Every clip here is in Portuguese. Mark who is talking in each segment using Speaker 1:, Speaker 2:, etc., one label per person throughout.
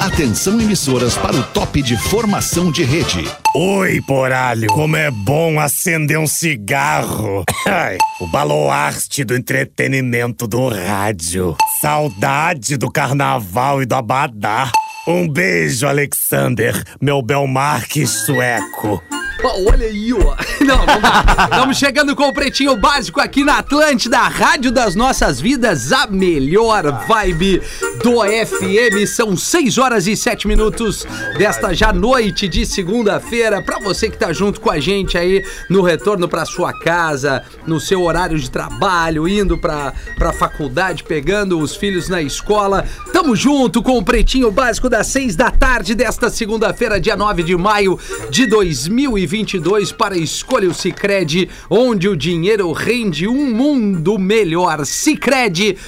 Speaker 1: Atenção emissoras para o top de formação de rede.
Speaker 2: Oi, poralho! Como é bom acender um cigarro! o baluarte do entretenimento do rádio. Saudade do carnaval e do abadá. Um beijo, Alexander, meu Belmarque sueco.
Speaker 3: Ó, olha aí, ó. Não, vamos lá. Estamos chegando com o Pretinho Básico aqui na Atlântida, a Rádio das Nossas Vidas, a melhor vibe do FM. São 6 horas e 7 minutos desta já noite de segunda-feira. Pra você que tá junto com a gente aí no retorno pra sua casa, no seu horário de trabalho, indo pra, pra faculdade, pegando os filhos na escola. Tamo junto com o Pretinho Básico das 6 da tarde desta segunda-feira, dia 9 de maio de 2022, para Escolha o Cicred, onde o dinheiro rende um mundo melhor. Cicred.com.br,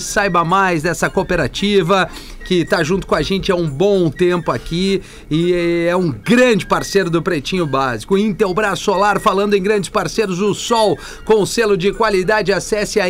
Speaker 3: saiba mais dessa cooperativa que tá junto com a gente há um bom tempo aqui e é um grande parceiro do Pretinho Básico. Intelbras Solar, falando em grandes parceiros, o Sol, com selo de qualidade, acesse a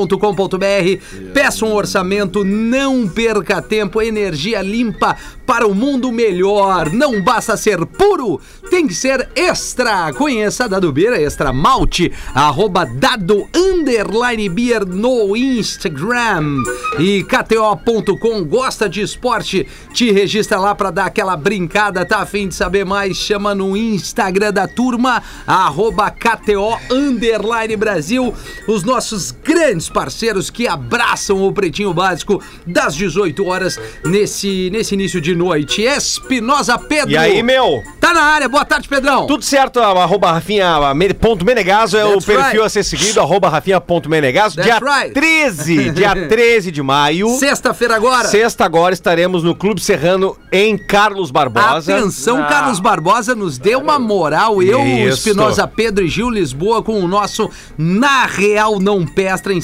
Speaker 3: intelbrasolar.com.br, peça um orçamento, não perca tempo, energia limpa para o mundo melhor. Não basta ser puro, tem que ser extra. Conheça a Dado Beer, extra malte, arroba dado underline beer no Instagram. E KTO.com gosta de esporte? Te registra lá para dar aquela brincada, tá afim de saber mais? Chama no Instagram da turma, arroba KTO Underline Brasil, os nossos grandes parceiros que abraçam o Pretinho Básico das 18 horas nesse, nesse início de noite. Espinosa Pedro.
Speaker 4: E aí, meu?
Speaker 3: Tá na área, boa tarde, Pedrão.
Speaker 4: Tudo certo, arroba rafinha me- ponto Menegaso é
Speaker 3: That's
Speaker 4: o perfil
Speaker 3: right.
Speaker 4: a ser seguido, arroba rafinha.menegaso.
Speaker 3: That's
Speaker 4: Dia
Speaker 3: right.
Speaker 4: 13, dia 13 de maio.
Speaker 3: Sexta-feira agora.
Speaker 4: Sexta agora estaremos no Clube Serrano em Carlos Barbosa.
Speaker 3: Atenção, Carlos Barbosa nos deu uma moral. Eu,
Speaker 4: Ah. Isso.
Speaker 3: Espinosa Pedro e Gil Lisboa com o nosso Na Real Não Pestra em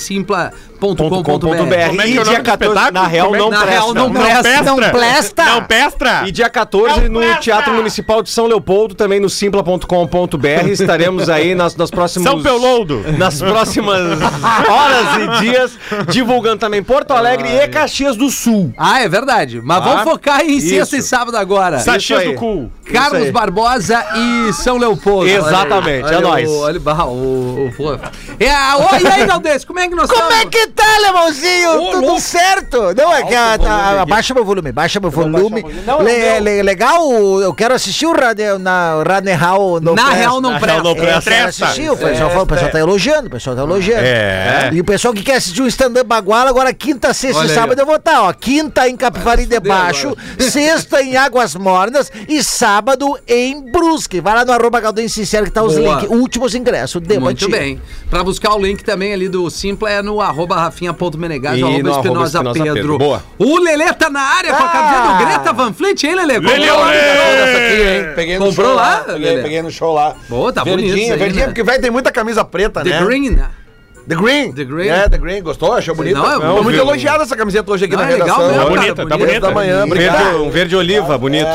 Speaker 4: Ponto com ponto
Speaker 3: simpla.com.br.
Speaker 4: BR.
Speaker 5: é que
Speaker 4: E
Speaker 5: é o nome
Speaker 4: dia
Speaker 5: do
Speaker 4: 14, na
Speaker 5: espetáculo?
Speaker 4: real,
Speaker 5: Como é
Speaker 4: não
Speaker 5: que-
Speaker 3: Na
Speaker 4: presta.
Speaker 3: Real Não Presta.
Speaker 5: Não
Speaker 6: presta.
Speaker 5: Não presta!
Speaker 4: E dia 14
Speaker 5: Não
Speaker 4: no
Speaker 5: presta.
Speaker 4: Teatro Municipal de São Leopoldo, também no simpla.com.br. Estaremos aí nas, nas próximas.
Speaker 5: São Peololdo.
Speaker 4: Nas próximas horas e dias, divulgando também Porto Alegre e Caxias do Sul.
Speaker 3: Ah, é verdade. Mas vamos focar em sexta e
Speaker 4: Isso.
Speaker 3: sábado agora.
Speaker 5: Sachês
Speaker 4: aí.
Speaker 5: do cu.
Speaker 3: Carlos
Speaker 4: aí.
Speaker 3: Barbosa e São Leopoldo.
Speaker 4: Exatamente,
Speaker 3: Olha aí.
Speaker 4: é
Speaker 3: Olha
Speaker 4: nóis.
Speaker 3: o- Olha, bah, o, o, pô. É, a- Oi, e aí, Galdês, como é que nós
Speaker 6: Como é que tá, Lemãozinho?
Speaker 3: Ô,
Speaker 6: Tudo
Speaker 3: louco.
Speaker 6: certo? Não, é que a- a- abaixa meu volume, baixa meu volume. Le- le- legal, eu quero assistir o Rádio na Rádio Real no
Speaker 3: Na
Speaker 6: Presta.
Speaker 3: Real Não Presta.
Speaker 6: Eu quero
Speaker 5: Presta.
Speaker 3: É,
Speaker 6: assistir, o pessoal, fala, o pessoal tá elogiando, o pessoal tá elogiando.
Speaker 5: É.
Speaker 6: E o pessoal que quer assistir um stand-up baguala, agora quinta, sexta
Speaker 3: Olha
Speaker 6: e
Speaker 3: aí,
Speaker 6: sábado
Speaker 3: ó.
Speaker 6: eu vou estar, ó. Quinta em Capivari de Baixo, sexta em Águas Mornas e sábado em Brusque. Vai lá no arroba Galdem Sincero que tá os
Speaker 3: Boa.
Speaker 6: links. Últimos ingressos, deu
Speaker 3: Muito bem. Pra buscar o link também ali do Simpla é no arroba rafinha.menegas,
Speaker 4: E
Speaker 3: arroba
Speaker 4: no arroba
Speaker 3: espinosa
Speaker 4: Espinosa
Speaker 3: pedro.
Speaker 4: Pedro. Boa.
Speaker 3: O Lelê tá na área com a camisa do Greta Van Fleet, hein, Lelê? Comprou
Speaker 5: Lelê,
Speaker 3: lá?
Speaker 5: Lelê!
Speaker 7: Peguei
Speaker 3: Comprou
Speaker 7: no show
Speaker 3: lá, Lelê?
Speaker 7: Peguei, peguei no show lá.
Speaker 3: Boa, tá bonito
Speaker 7: verdinha,
Speaker 3: isso aí,
Speaker 7: Verdinha,
Speaker 3: né?
Speaker 7: porque vai tem muita camisa preta,
Speaker 3: The
Speaker 7: né?
Speaker 3: Green. né?
Speaker 7: The Green.
Speaker 3: The Green.
Speaker 7: É, The Green. Gostou? Achou bonita?
Speaker 3: Não, é
Speaker 7: Tô muito
Speaker 5: viu?
Speaker 7: elogiada essa camiseta hoje aqui
Speaker 3: Não,
Speaker 7: na
Speaker 3: é legal
Speaker 7: redação.
Speaker 3: mesmo,
Speaker 5: Tá
Speaker 3: cara,
Speaker 5: bonita, tá
Speaker 7: Três da
Speaker 5: bonita.
Speaker 7: manhã,
Speaker 4: Um verde,
Speaker 7: obrigado.
Speaker 4: um verde oliva, bonito.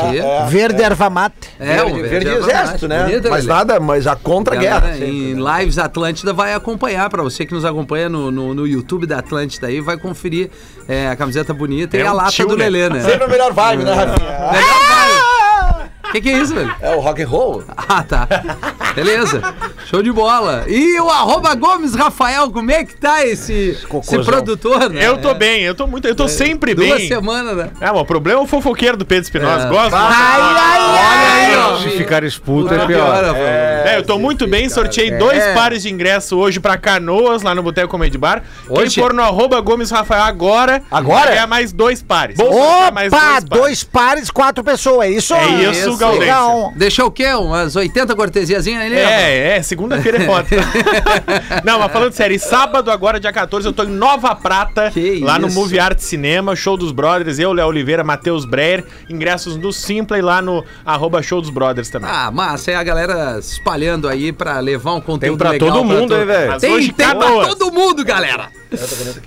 Speaker 6: Verde erva mate.
Speaker 3: É, o
Speaker 7: É, verde, verde exército, né?
Speaker 3: Bonito,
Speaker 7: mas
Speaker 3: Lelê.
Speaker 7: nada, mas a
Speaker 3: Galera,
Speaker 7: contra-guerra.
Speaker 3: em Lives Atlântida vai acompanhar, pra você que nos acompanha no, no, no YouTube da Atlântida aí, vai conferir é, a camiseta bonita e
Speaker 5: É
Speaker 3: a
Speaker 5: um
Speaker 3: lata
Speaker 5: tio,
Speaker 3: do
Speaker 5: né?
Speaker 3: Lelê, né?
Speaker 7: Sempre a melhor vibe, né, Rafinha?
Speaker 3: Melhor vai. Que que é isso, velho?
Speaker 7: É o rock and roll.
Speaker 3: Ah, tá. Beleza. Show de bola. E o arroba Gomes Rafael, como é que tá esse, esse produtor? né?
Speaker 5: Eu tô bem, eu tô muito, eu tô sempre
Speaker 3: Duas
Speaker 5: bem.
Speaker 3: semanas, né?
Speaker 5: Ah, mas o problema é o fofoqueiro do Pedro Espinosa.
Speaker 3: É.
Speaker 5: Gosto. Olha
Speaker 3: ai, ai.
Speaker 5: aí, ó.
Speaker 4: Ficar expulso é
Speaker 3: Piora,
Speaker 4: pior.
Speaker 3: mano.
Speaker 5: É, eu tô muito bem, sorteei dois
Speaker 3: É.
Speaker 5: pares de ingresso hoje pra Canoas, lá no Boteco Comedy Bar.
Speaker 3: Hoje?
Speaker 5: Quem for no arroba Gomes Rafael agora,
Speaker 7: Agora?
Speaker 5: vai ganhar mais dois pares. Vai ganhar mais
Speaker 6: Opa, dois pares, quatro pessoas, é isso?
Speaker 5: É isso,
Speaker 3: Isso.
Speaker 5: Gaudêncio.
Speaker 6: Legal.
Speaker 3: Deixou o quê? Umas 80 cortesiazinhas né? ali? ó?
Speaker 5: É, é, segunda-feira é foda. Não, mas falando sério, e sábado agora, dia 14, eu tô em Nova Prata,
Speaker 3: Que
Speaker 5: lá no
Speaker 3: isso.
Speaker 5: Movie Art Cinema, show dos brothers, eu, Léo Oliveira, Matheus Breyer, ingressos no Simpla e lá no arroba show dos brothers também.
Speaker 3: Ah, massa, é a galera se espalhando aí pra levar um conteúdo
Speaker 4: pra
Speaker 3: legal.
Speaker 4: todo mundo,
Speaker 3: to-
Speaker 4: hein, velho?
Speaker 3: Tem,
Speaker 5: Hoje, um.
Speaker 3: tem pra
Speaker 5: Canoas.
Speaker 3: todo mundo, galera.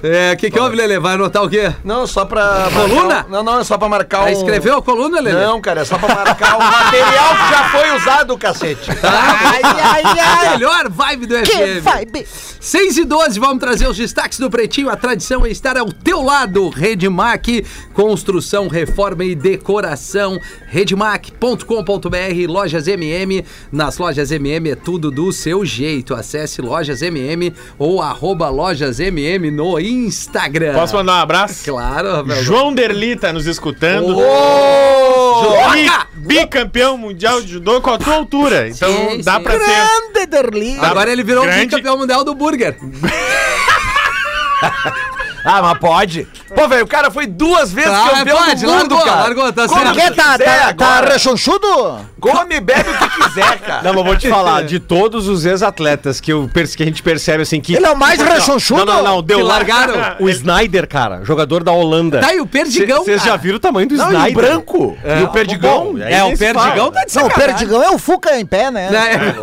Speaker 3: É, o que, que houve, Lele? Vai anotar o quê?
Speaker 7: Não, só pra.
Speaker 3: Coluna?
Speaker 7: marcar um- Não, não, é só pra marcar
Speaker 3: Ah,
Speaker 7: um.
Speaker 3: escreveu a coluna, Lele?
Speaker 7: Não, cara, é só pra marcar o material que já foi usado, cacete.
Speaker 6: Ai, ai,
Speaker 3: A
Speaker 6: ai.
Speaker 3: Tá. melhor vibe do
Speaker 6: Que
Speaker 3: FM.
Speaker 6: vibe.
Speaker 3: 6 e 12, vamos trazer os destaques do Pretinho. A tradição é estar ao teu lado. Redmac, construção, reforma e decoração. Redmac.com.br, lojas MM. Nas lojas MM é tudo do seu jeito. Acesse lojas MM ou arroba lojas MM no Instagram.
Speaker 5: Posso mandar um abraço?
Speaker 3: Claro, Rafael.
Speaker 5: João Derli tá nos escutando.
Speaker 3: Judoca!
Speaker 5: Bi- Bicampeão mundial de judô com a tua altura. Então
Speaker 3: Sim,
Speaker 5: dá
Speaker 3: sim.
Speaker 5: pra ter.
Speaker 6: Grande Derli.
Speaker 3: Agora ele virou
Speaker 5: Grande-
Speaker 3: o campeão mundial do burger.
Speaker 7: Ah, mas pode. Pô, velho, é o cara foi duas vezes
Speaker 3: Tá,
Speaker 7: campeão
Speaker 3: pode,
Speaker 7: do mundo,
Speaker 3: largou,
Speaker 7: cara.
Speaker 3: largou, tá
Speaker 7: Come
Speaker 6: Por
Speaker 3: certo.
Speaker 6: que
Speaker 7: o que
Speaker 6: tá,
Speaker 7: quiser
Speaker 6: tá, tá
Speaker 7: agora.
Speaker 6: rechonchudo?
Speaker 7: Come, bebe o que quiser, cara.
Speaker 4: Não, mas vou te falar, de todos os ex-atletas que, eu perce- que a gente percebe assim que.
Speaker 6: Ele é o mais rechonchudo?
Speaker 4: Não, não, não, deu
Speaker 3: Que
Speaker 4: larga-
Speaker 3: largaram.
Speaker 4: O Snyder, cara, jogador da Holanda.
Speaker 3: Tá, e o Perdigão,
Speaker 4: Vocês já
Speaker 3: cara.
Speaker 4: viram o tamanho do
Speaker 7: Não,
Speaker 4: Snyder?
Speaker 7: e o branco.
Speaker 4: E o Perdigão?
Speaker 7: Bom,
Speaker 4: aí
Speaker 3: É,
Speaker 4: nem
Speaker 3: o
Speaker 4: se
Speaker 3: Perdigão
Speaker 4: fala.
Speaker 3: tá de
Speaker 6: Não, o
Speaker 3: sacanagem.
Speaker 6: Perdigão é o Fuca em pé, né?
Speaker 3: Né?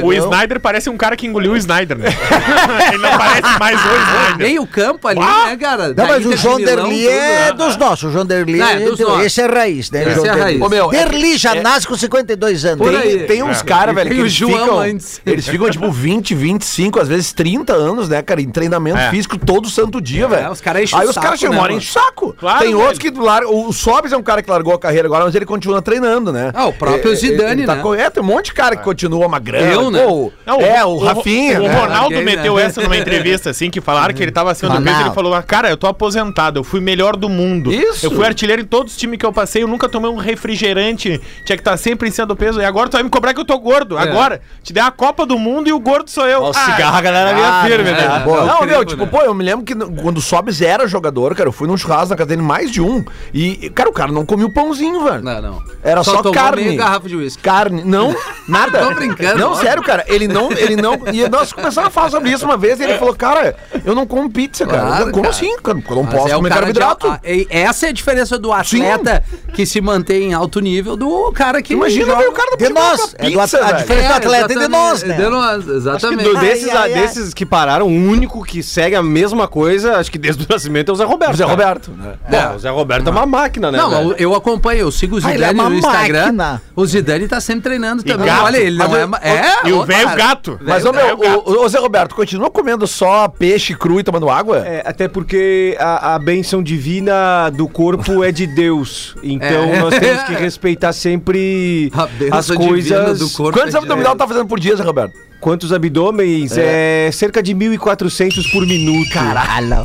Speaker 5: Não, o Snyder parece um cara que engoliu o Snyder, né? Ele não parece mais o Snyder.
Speaker 3: Ah, Nem o campo ali, né, cara?
Speaker 6: Não,
Speaker 3: Da
Speaker 6: mas o
Speaker 3: Inter de
Speaker 6: João
Speaker 3: Milão,
Speaker 6: Derli
Speaker 3: tudo,
Speaker 6: é
Speaker 3: né?
Speaker 6: dos nossos. O João Derli
Speaker 3: Não, é dos
Speaker 6: entendeu?
Speaker 3: nossos.
Speaker 6: Esse é raiz, né?
Speaker 3: Esse
Speaker 6: João
Speaker 3: é a
Speaker 6: Derli.
Speaker 3: raiz.
Speaker 7: Ô, meu, é- né?
Speaker 6: Derli já nasce com 52 anos.
Speaker 3: Por
Speaker 6: hein?
Speaker 3: aí.
Speaker 7: Tem, tem
Speaker 5: É.
Speaker 7: uns caras, velho,
Speaker 3: Tem
Speaker 7: que
Speaker 3: o
Speaker 7: eles
Speaker 3: João
Speaker 7: ficam,
Speaker 3: antes.
Speaker 7: eles ficam tipo 20, 25, às vezes 30 anos, né, cara, em treinamento
Speaker 5: É.
Speaker 7: físico todo santo dia, velho.
Speaker 3: É, os caras enchem
Speaker 7: Aí
Speaker 3: o
Speaker 7: os
Speaker 3: saco,
Speaker 7: caras chegam
Speaker 3: né,
Speaker 7: uma hora e
Speaker 3: mano?
Speaker 7: enchem o saco.
Speaker 5: Claro,
Speaker 7: Tem outros
Speaker 5: velho.
Speaker 7: que largam, o Sobis é um cara que largou a carreira agora, mas ele continua treinando, né?
Speaker 3: Ah, o próprio
Speaker 7: É, é,
Speaker 3: Zidane,
Speaker 7: ele tá
Speaker 3: né?
Speaker 7: correto, tem um monte de cara que continua magrão.
Speaker 3: Eu, né?
Speaker 7: pô,
Speaker 5: É. Não,
Speaker 7: é, o, Rafinha,
Speaker 5: O,
Speaker 7: né?
Speaker 5: Ronaldo
Speaker 3: Ninguém, né?
Speaker 5: meteu essa numa entrevista, assim, que falaram que ele tava acima do peso. Ele
Speaker 6: Ronaldo.
Speaker 5: falou: ah, Cara, eu tô aposentado, eu fui melhor do mundo.
Speaker 7: Isso.
Speaker 5: Eu fui artilheiro em todos os times que eu passei, eu nunca tomei um refrigerante. Tinha que estar sempre em cima do peso. E agora tu vai me cobrar que eu tô gordo. Agora, te der a Copa do Mundo e o gordo sou eu.
Speaker 4: É.
Speaker 5: Ah,
Speaker 4: O cigarro, a galera vinha firme,
Speaker 3: né?
Speaker 4: né?
Speaker 3: Boa.
Speaker 7: Não,
Speaker 3: Incrível,
Speaker 7: meu, tipo,
Speaker 3: né?
Speaker 7: pô, eu me lembro que no- quando o Sobis era jogador, cara, eu fui num churrasco na casa dele mais de um. E, cara, o cara não comia o pãozinho, velho.
Speaker 3: Não, não.
Speaker 7: Era só,
Speaker 3: tomou
Speaker 7: carne.
Speaker 3: meia garrafa de uísque.
Speaker 7: Carne, não, nada.
Speaker 3: Tô brincando,
Speaker 7: Não,
Speaker 3: ó.
Speaker 7: sério, cara, ele não, ele não, e nós começamos a falar sobre isso uma vez e ele falou, cara, eu não como pizza, cara.
Speaker 3: Claro,
Speaker 7: Como
Speaker 3: cara.
Speaker 7: assim, cara? Eu não
Speaker 3: Mas
Speaker 7: posso
Speaker 3: é o
Speaker 7: comer
Speaker 3: cara de-
Speaker 7: carboidrato.
Speaker 3: ah, e- essa é a diferença do atleta que se mantém em alto nível do cara que
Speaker 7: Imagina,
Speaker 3: joga-
Speaker 7: velho, o cara não
Speaker 6: De
Speaker 7: pode comer
Speaker 6: nós. É
Speaker 7: uma
Speaker 6: do at-
Speaker 7: pizza,
Speaker 6: a
Speaker 7: velho.
Speaker 6: diferença do atleta e de
Speaker 3: exatamente,
Speaker 6: nós, né?
Speaker 3: é De nós,
Speaker 4: Acho que
Speaker 3: exatamente.
Speaker 4: do- desses,
Speaker 6: Ai, ai,
Speaker 4: a- desses que pararam, o único que segue a mesma coisa, acho que desde o nascimento, é o Zé Roberto.
Speaker 7: Zé
Speaker 4: cara.
Speaker 7: Roberto. né?
Speaker 4: Bom, o Zé Roberto é uma máquina, né?
Speaker 3: Não,
Speaker 4: velho?
Speaker 3: eu, eu acompanho, eu sigo o
Speaker 6: Ah, ele é
Speaker 3: Zidane
Speaker 6: uma
Speaker 3: no Instagram.
Speaker 6: máquina.
Speaker 3: O Zidane tá sempre treinando também.
Speaker 5: gato.
Speaker 3: Olha, ele não
Speaker 7: Mas
Speaker 3: é.
Speaker 7: o-
Speaker 3: ma- é
Speaker 5: E o
Speaker 3: outro
Speaker 5: velho
Speaker 3: cara.
Speaker 5: gato.
Speaker 7: Mas, ô, meu, o, o Zé Roberto, continua comendo só peixe cru e tomando água?
Speaker 8: É, até porque a, a benção divina do corpo é de Deus. Então
Speaker 3: É.
Speaker 8: nós temos que respeitar sempre
Speaker 3: A bênção
Speaker 8: as
Speaker 3: divina
Speaker 8: coisas.
Speaker 3: do corpo.
Speaker 7: Quantos abdominal tá fazendo por dia, Zé Roberto?
Speaker 8: Quantos abdômenes? É. cerca de 1.400 por minuto. É,
Speaker 6: Caralho.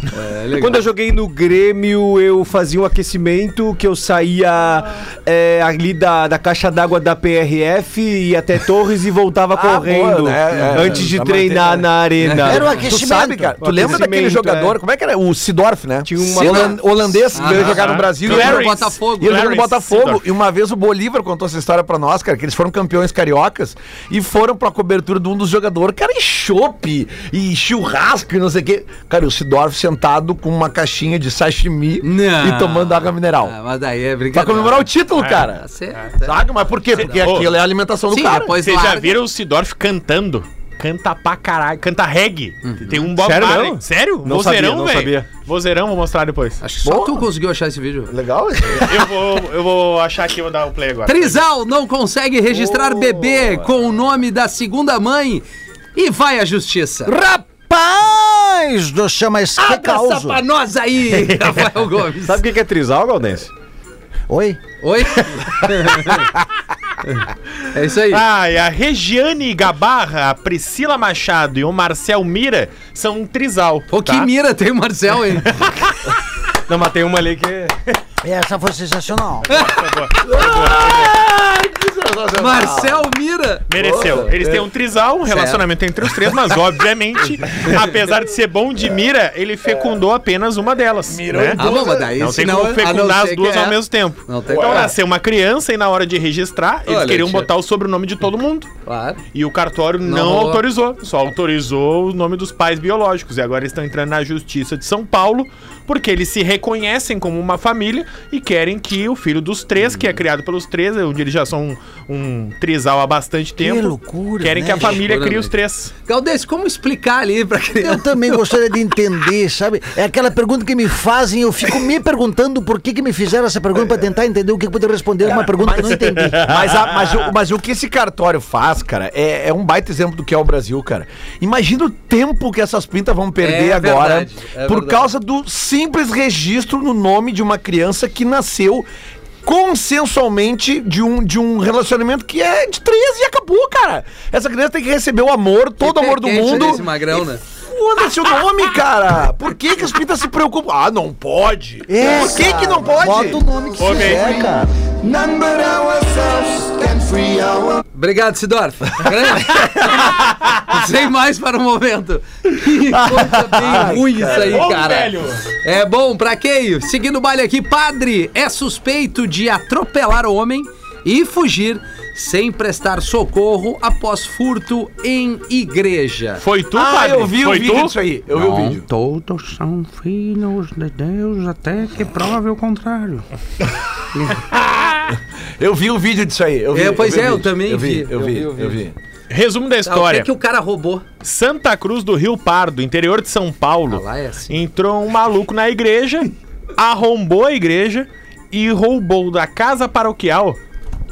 Speaker 8: Quando eu joguei no Grêmio, eu fazia um aquecimento que eu saía é, ali da, da caixa d'água da PRF e até Torres e voltava correndo
Speaker 7: boa, né? É,
Speaker 8: antes de
Speaker 7: pra
Speaker 8: treinar
Speaker 7: manter, né?
Speaker 8: na arena.
Speaker 6: Era o
Speaker 7: Tu
Speaker 6: aquecimento.
Speaker 7: sabe, cara, tu
Speaker 8: O
Speaker 7: lembra daquele
Speaker 8: aquecimento,
Speaker 7: jogador,
Speaker 8: é.
Speaker 7: como é que era? O Sidorf, né?
Speaker 8: Tinha uma-
Speaker 7: Holan- holandês que
Speaker 3: Ah,
Speaker 7: veio
Speaker 3: ah,
Speaker 7: jogar no
Speaker 5: ah.
Speaker 7: Brasil.
Speaker 3: Jogou no
Speaker 7: Clarence.
Speaker 3: Botafogo.
Speaker 7: E ele jogou no
Speaker 5: Clarence
Speaker 7: Botafogo.
Speaker 5: Seedorf.
Speaker 7: E uma vez o Bolívar contou essa história pra nós, cara, que eles foram campeões cariocas e foram pra cobertura de um dos jogadores, cara, e chope, e churrasco e não sei o quê. Cara, o Sidorf sentado com uma caixinha de sashimi
Speaker 3: Não.
Speaker 7: e tomando água mineral.
Speaker 3: Ah, mas daí é
Speaker 7: Pra
Speaker 3: brincadeira.
Speaker 7: comemorar o título, cara.
Speaker 3: Tá certo.
Speaker 7: Sabe? Mas por quê? Porque
Speaker 5: Ô.
Speaker 7: aquilo é a alimentação do
Speaker 3: Sim,
Speaker 7: cara.
Speaker 3: depois
Speaker 5: Vocês já
Speaker 3: larga.
Speaker 5: viram o Sidorf cantando? Canta pra caralho, canta reggae. Tem um Bob
Speaker 4: Uhum. Sério
Speaker 5: Marley.
Speaker 4: mesmo?
Speaker 5: Sério?
Speaker 4: Não sabia, não
Speaker 5: velho.
Speaker 4: sabia.
Speaker 5: Vozeirão, vou mostrar depois.
Speaker 3: Acho que só tu conseguiu achar esse vídeo.
Speaker 7: Legal é isso.
Speaker 5: eu, vou, eu vou achar aqui, vou dar o play agora.
Speaker 3: Trisal não consegue registrar bebê com o nome da segunda mãe e vai à justiça.
Speaker 6: Rapaz do chão, mas que
Speaker 3: Abra essa
Speaker 6: causa.
Speaker 3: pra nós aí, Rafael Gomes.
Speaker 4: Sabe o que que é trisal, Galdense?
Speaker 6: Oi?
Speaker 3: Oi? é isso aí.
Speaker 5: Ah, e a Regiane Gabarra, a Priscila Machado e o Marcel Mira são um trisal.
Speaker 3: Pô, que
Speaker 5: tá?
Speaker 3: mira tem o Marcel, hein?
Speaker 4: Não, mas tem uma ali que.
Speaker 6: Essa foi sensacional.
Speaker 3: Marcel Mira.
Speaker 5: Mereceu. Eles
Speaker 3: é.
Speaker 5: têm um trisal, um relacionamento entre os três, mas obviamente, apesar de ser bom de mira, ele fecundou apenas uma delas. né?
Speaker 3: Ah, bom, mas daí
Speaker 5: Não tem
Speaker 3: senão-
Speaker 5: como
Speaker 3: a não
Speaker 5: fecundar
Speaker 3: ser
Speaker 5: as duas
Speaker 3: que é-
Speaker 5: ao mesmo tempo.
Speaker 3: Não tem
Speaker 5: então
Speaker 3: como.
Speaker 5: nasceu uma criança e na hora de registrar, eles
Speaker 3: Olha,
Speaker 5: queriam
Speaker 3: tia.
Speaker 5: botar o sobrenome de todo mundo.
Speaker 3: Claro.
Speaker 5: E o cartório não,
Speaker 3: rolou.
Speaker 5: autorizou, só autorizou o nome dos pais biológicos. E agora eles estão entrando na justiça de São Paulo, porque eles se reconhecem como uma família e querem que o filho dos três, que é criado pelos três, onde eles já são um trisal há bastante tempo.
Speaker 6: loucura,
Speaker 5: Querem que
Speaker 6: né,
Speaker 5: a família
Speaker 3: gente?
Speaker 5: crie os três.
Speaker 3: Galdês, como explicar ali pra
Speaker 6: Eu
Speaker 3: criança?
Speaker 6: também gostaria de entender, sabe? É aquela pergunta que me fazem, eu fico me perguntando por que, que me fizeram essa pergunta pra tentar entender o que eu poderia responder a uma pergunta que eu não entendi.
Speaker 7: Mas, a- mas o, mas o que esse cartório faz, cara, é, é um baita exemplo do que é o Brasil, cara. Imagina o tempo que essas pintas vão perder
Speaker 3: É
Speaker 7: agora
Speaker 3: verdade, é
Speaker 7: por
Speaker 3: verdade.
Speaker 7: causa do simples registro no nome de uma criança que nasceu consensualmente de um, de um relacionamento que é de 13 e acabou, cara. Essa criança tem que receber o amor, todo o amor do
Speaker 3: Quem ensina
Speaker 7: mundo.
Speaker 3: Esse magrão, né?
Speaker 7: Foda-se o nome, cara. Por que, que os pintas se preocupam? Ah, não pode.
Speaker 6: É,
Speaker 7: Por que, que
Speaker 6: cara,
Speaker 7: não pode?
Speaker 6: Bota o nome que
Speaker 5: Ok.
Speaker 6: quiser, cara.
Speaker 3: Obrigado, Sidorf. Grande. Sem mais para o momento. Que coisa bem ruim isso aí,
Speaker 5: bom,
Speaker 3: cara.
Speaker 5: velho.
Speaker 3: É bom, pra quem? Seguindo o baile aqui, padre é suspeito de atropelar homem e fugir sem prestar socorro após furto em igreja.
Speaker 5: Foi tu,
Speaker 7: Ah,
Speaker 5: padre?
Speaker 7: eu vi o
Speaker 5: Foi
Speaker 7: vídeo
Speaker 5: tu?
Speaker 7: disso aí. Eu vi o vídeo.
Speaker 9: Todos são filhos de Deus até que prove o contrário.
Speaker 7: Eu vi o vídeo disso aí. Eu vi,
Speaker 3: É, pois
Speaker 7: vi o
Speaker 3: é, eu
Speaker 7: vídeo.
Speaker 3: também
Speaker 7: eu vi.
Speaker 3: vi.
Speaker 7: Eu vi, eu vi.
Speaker 5: Resumo da
Speaker 3: Ah, o que, é
Speaker 5: história.
Speaker 3: que o cara roubou?
Speaker 5: Santa Cruz do Rio Pardo, interior de São Paulo.
Speaker 3: Ah, lá é assim.
Speaker 5: Entrou um maluco na igreja, arrombou a igreja e roubou da casa paroquial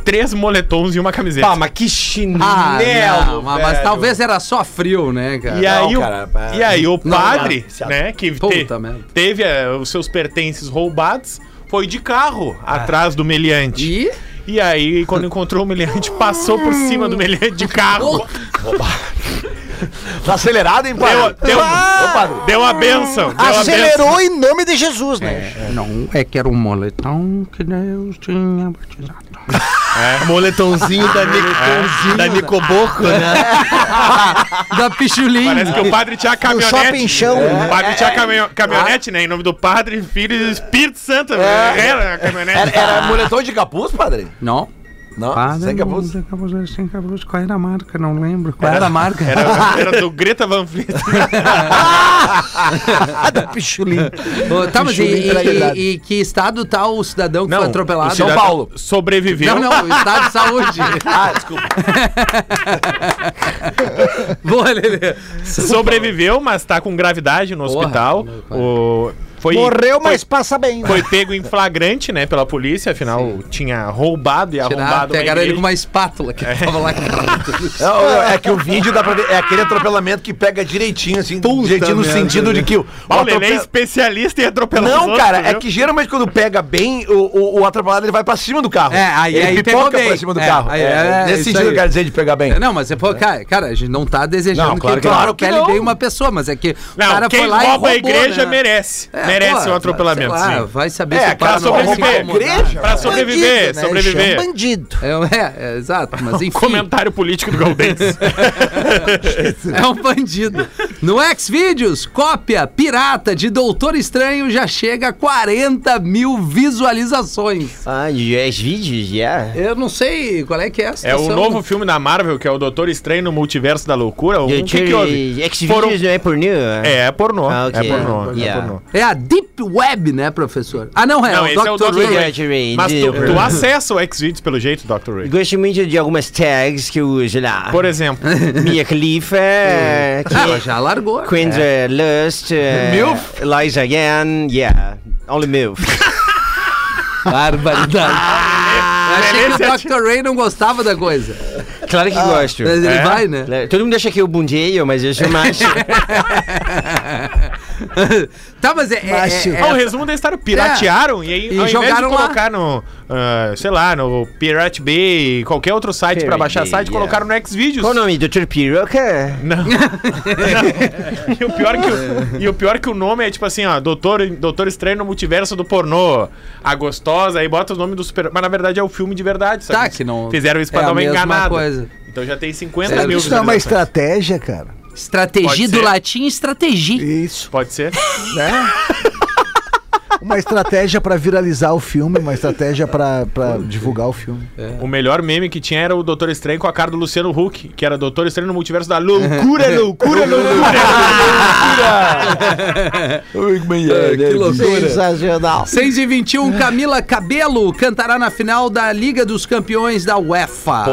Speaker 5: três moletons e uma camiseta.
Speaker 8: Pá, mas que chinelo,
Speaker 3: Ah, não, mas, mas
Speaker 8: velho.
Speaker 3: talvez era só frio, né, cara? é-
Speaker 5: E aí,
Speaker 7: Não,
Speaker 5: o,
Speaker 7: cara, pá.
Speaker 5: e aí o
Speaker 3: Não,
Speaker 5: padre, né, que te-
Speaker 3: Puta merda.
Speaker 5: teve eh, os seus pertences roubados, foi de carro atrás do meliante.
Speaker 3: E?
Speaker 5: E aí, quando encontrou o meliante, passou por cima do meliante de carro.
Speaker 7: Tá acelerado, hein,
Speaker 5: Deu,
Speaker 7: pai?
Speaker 5: deu, deu a benção. Deu a benção.
Speaker 6: Acelerou em nome de Jesus, né?
Speaker 9: Não é que era um moletão que Deus tinha batizado.
Speaker 4: Moletomzinho da, Nicoboco, da Nicoboco, né?
Speaker 3: Da pichulinha.
Speaker 5: Parece que o padre tinha a caminhonete.
Speaker 6: shopping chão.
Speaker 5: O padre tinha a caminho- caminhonete, né? Em nome do Padre, Filho e Espírito Santo. né? Era a
Speaker 7: Era,
Speaker 5: caminhonete.
Speaker 7: era É moletom de capuz, padre?
Speaker 3: Não.
Speaker 7: Não,
Speaker 9: Padre,
Speaker 7: sem capuz.
Speaker 9: Sem capuz, sem capuz. Qual era a marca? Não lembro. Qual era, a marca?
Speaker 5: Era, era do Greta Van Fleet.
Speaker 6: Pichulinho.
Speaker 3: Ô, tá, mas e,
Speaker 7: Pichulinha,
Speaker 3: e-
Speaker 7: era verdade.
Speaker 3: e- e que estado tá o cidadão que foi atropelado?
Speaker 5: o cidadão
Speaker 7: São Paulo.
Speaker 5: Sobreviveu.
Speaker 3: Não, não, o estado de saúde.
Speaker 7: Ah, desculpa.
Speaker 3: Boa, Lelê.
Speaker 5: Sobreviveu, mas tá com gravidade no
Speaker 3: Porra,
Speaker 5: hospital.
Speaker 3: meu pai.
Speaker 5: O... Foi,
Speaker 6: Morreu,
Speaker 5: foi-
Speaker 6: mas passa bem.
Speaker 5: Foi pego em flagrante, né, pela polícia, afinal tinha roubado e
Speaker 3: Tiraram,
Speaker 5: arrombado uma
Speaker 3: pegaram ele
Speaker 5: igreja.
Speaker 3: com uma espátula que tava lá.
Speaker 7: É, o- É, que o vídeo dá pra ver. É aquele atropelamento que pega direitinho, assim. direitinho no
Speaker 3: merda,
Speaker 7: sentido de que. O,
Speaker 5: Ah,
Speaker 7: o
Speaker 5: O Lelê é
Speaker 7: atrope-
Speaker 5: especialista em atropelar os
Speaker 7: Não,
Speaker 5: outros,
Speaker 7: cara, é
Speaker 5: viu?
Speaker 7: que geralmente quando pega bem, o, o, o atropelado ele vai pra cima do carro.
Speaker 3: É, aí-
Speaker 7: ele
Speaker 3: aí pegou
Speaker 7: pipoca
Speaker 3: bem.
Speaker 7: pra cima do
Speaker 3: É,
Speaker 7: carro.
Speaker 3: aí-
Speaker 7: É,
Speaker 3: é,
Speaker 7: nesse
Speaker 3: isso
Speaker 7: sentido
Speaker 3: aí.
Speaker 7: eu quero dizer de pegar bem.
Speaker 3: Não, mas é, pô, cara, cara, a gente não tá desejando
Speaker 7: Não, claro
Speaker 3: que,
Speaker 7: que
Speaker 3: o
Speaker 7: não.
Speaker 3: claro
Speaker 7: Claro que
Speaker 3: atropele
Speaker 7: não.
Speaker 3: bem uma pessoa, mas é que o
Speaker 5: Não,
Speaker 3: cara
Speaker 5: quem
Speaker 3: foi lá e
Speaker 5: rouba
Speaker 3: roubou,
Speaker 5: a igreja
Speaker 3: né?
Speaker 5: merece.
Speaker 3: É,
Speaker 5: merece
Speaker 3: pô,
Speaker 5: um atropelamento,
Speaker 3: sei lá,
Speaker 5: sim.
Speaker 3: Vai saber
Speaker 7: É,
Speaker 3: se o cara
Speaker 7: cara,
Speaker 3: não vai se
Speaker 5: sobreviver.
Speaker 3: incomodar.
Speaker 7: Igreja?
Speaker 5: Pra sobreviver,
Speaker 6: Bandido, né?
Speaker 5: sobreviver.
Speaker 6: Chama bandido.
Speaker 3: É, é, é, exato, mas enfim,
Speaker 5: Comentário político do Galdense.
Speaker 3: é um bandido. No Xvideos, cópia pirata de Doutor Estranho já chega a 40 mil visualizações.
Speaker 4: Ah, yes, vídeos, yeah.
Speaker 3: Eu não sei qual é que é a
Speaker 5: é o
Speaker 3: situação.
Speaker 5: novo filme da Marvel, que é o Doutor Estranho no Multiverso da Loucura. O que que houve?
Speaker 4: X-Videos
Speaker 5: Foram-
Speaker 4: não é por new?
Speaker 5: É, é pornô.
Speaker 4: Ah, ok.
Speaker 5: É pornô.
Speaker 4: Yeah.
Speaker 5: É pornô.
Speaker 3: É a Deep Web, né, professor? Ah, não, é,
Speaker 5: Não, esse é o Dr.
Speaker 3: Ray.
Speaker 5: Ray.
Speaker 4: Dr. Ray.
Speaker 5: Mas tu,
Speaker 4: Dr.
Speaker 5: tu
Speaker 4: Ray.
Speaker 5: acessa o Xvideos pelo jeito, Dr. Ray.
Speaker 4: Gosto muito de algumas tags que eu uso lá.
Speaker 5: Por exemplo.
Speaker 4: Mia Khalifa,
Speaker 3: Ela
Speaker 4: que
Speaker 3: Ah, já largou.
Speaker 4: Quindra Lust, eh,
Speaker 7: Milf?
Speaker 4: Liza Again, yeah, only MILF.
Speaker 3: Barbaridade. Eu achei que
Speaker 5: Beleza.
Speaker 3: o Dr. Ray não gostava da coisa.
Speaker 4: Claro que gosto.
Speaker 3: Mas ele
Speaker 5: É?
Speaker 3: vai, né?
Speaker 4: Todo mundo acha que eu bundeio, mas eu sou macho.
Speaker 3: Tá, mas é. é-
Speaker 6: Macho.
Speaker 3: é-
Speaker 5: Ah, o
Speaker 3: é-
Speaker 5: resumo da história, piratearam e aí
Speaker 3: E
Speaker 5: ao invés de
Speaker 3: jogaram lá.
Speaker 5: colocar no, ah, sei lá, no Pirate Bay, qualquer outro site pra
Speaker 4: Pirate
Speaker 5: baixar
Speaker 4: Bay,
Speaker 5: site,
Speaker 4: yeah.
Speaker 5: colocaram no Xvideos.
Speaker 4: Qual o nome? Dr. Piroca?
Speaker 5: Não. Não. E o pior que o, e o pior que o nome é tipo assim, ó, Doutor, Doutor Estranho no Multiverso do Pornô, A Gostosa, aí bota o nome do super, mas na verdade é o filme de verdade, sabe?
Speaker 3: Tá, que não-
Speaker 5: Fizeram isso
Speaker 3: é
Speaker 5: pra
Speaker 3: a
Speaker 5: dar uma
Speaker 3: mesma
Speaker 5: enganada.
Speaker 3: coisa. Então,
Speaker 5: Então já tem 50
Speaker 3: Será
Speaker 5: mil
Speaker 3: que
Speaker 6: Isso não é uma
Speaker 5: visualizações.
Speaker 6: estratégia, cara.
Speaker 3: Estratégia
Speaker 5: Pode
Speaker 3: do
Speaker 5: ser.
Speaker 3: latim, estratégia.
Speaker 6: Isso.
Speaker 5: Pode ser.
Speaker 6: Né? Uma estratégia pra viralizar o filme, uma estratégia pra, pra divulgar o filme.
Speaker 3: É.
Speaker 5: O melhor meme que tinha era o Doutor Estranho com a cara do Luciano Huck, que era Doutor Estranho no multiverso da loucura, loucura, loucura.
Speaker 3: que loucura.
Speaker 6: Sensacional.
Speaker 3: 6 e 21, Camila Cabelo cantará na final da Liga dos Campeões da UEFA.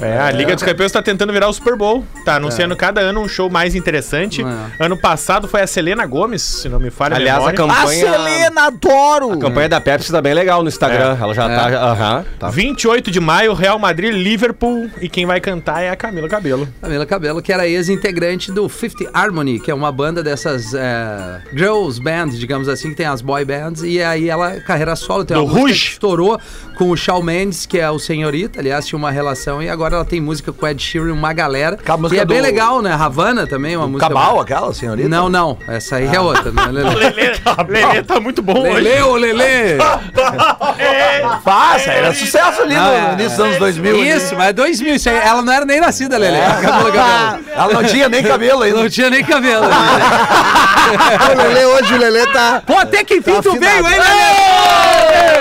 Speaker 5: é, a Liga dos Campeões tá tentando virar o Super Bowl. Tá anunciando cada ano um show mais interessante.
Speaker 3: É.
Speaker 5: Ano passado foi a Selena Gomes, se não me falha a
Speaker 4: Aliás, a
Speaker 5: memória.
Speaker 6: A
Speaker 4: campanha.
Speaker 6: Selena, adoro!
Speaker 4: A campanha da Pepsi tá bem legal no Instagram. Ela já tá. já- Aham. tá.
Speaker 5: 28 de maio, Real Madrid, Liverpool. E quem vai cantar é a Camila Cabelo.
Speaker 3: Camila Cabelo, que era ex-integrante do Fifth Harmony, que é uma banda dessas é, girls bands, digamos assim, que tem as boy bands, e aí ela carreira solo. Tem
Speaker 5: Do
Speaker 3: uma música
Speaker 5: Rouge.
Speaker 3: que estourou com o Shawn Mendes, que é o senhorita, aliás, tinha uma relação, e agora ela tem música com o Ed Sheeran, uma galera.
Speaker 7: Aquela
Speaker 3: E
Speaker 7: música
Speaker 3: é bem
Speaker 7: do-
Speaker 3: legal, né? Havana também, uma música.
Speaker 7: Cabal, Ah. aquela senhorita?
Speaker 3: Não, não, essa aí é outra, né? Lelê,
Speaker 5: Lele, Lele tá muito bom
Speaker 3: Lelê, ô Lelê!
Speaker 7: Passa, Ah, era sucesso ali
Speaker 3: Não, é.
Speaker 7: no início dos anos 2000. ali.
Speaker 3: Isso, mas 2000, isso aí, ela não era nem nascida, Lelê.
Speaker 6: Ah.
Speaker 3: Camila Cabelo.
Speaker 7: Ela não tinha nem cabelo ainda.
Speaker 3: Não tinha nem cabelo. Lelê.
Speaker 6: O Lelê hoje, o Lelê tá.
Speaker 3: Pô, até que enfim
Speaker 6: Tá
Speaker 3: tu
Speaker 6: afinado.
Speaker 3: veio, hein,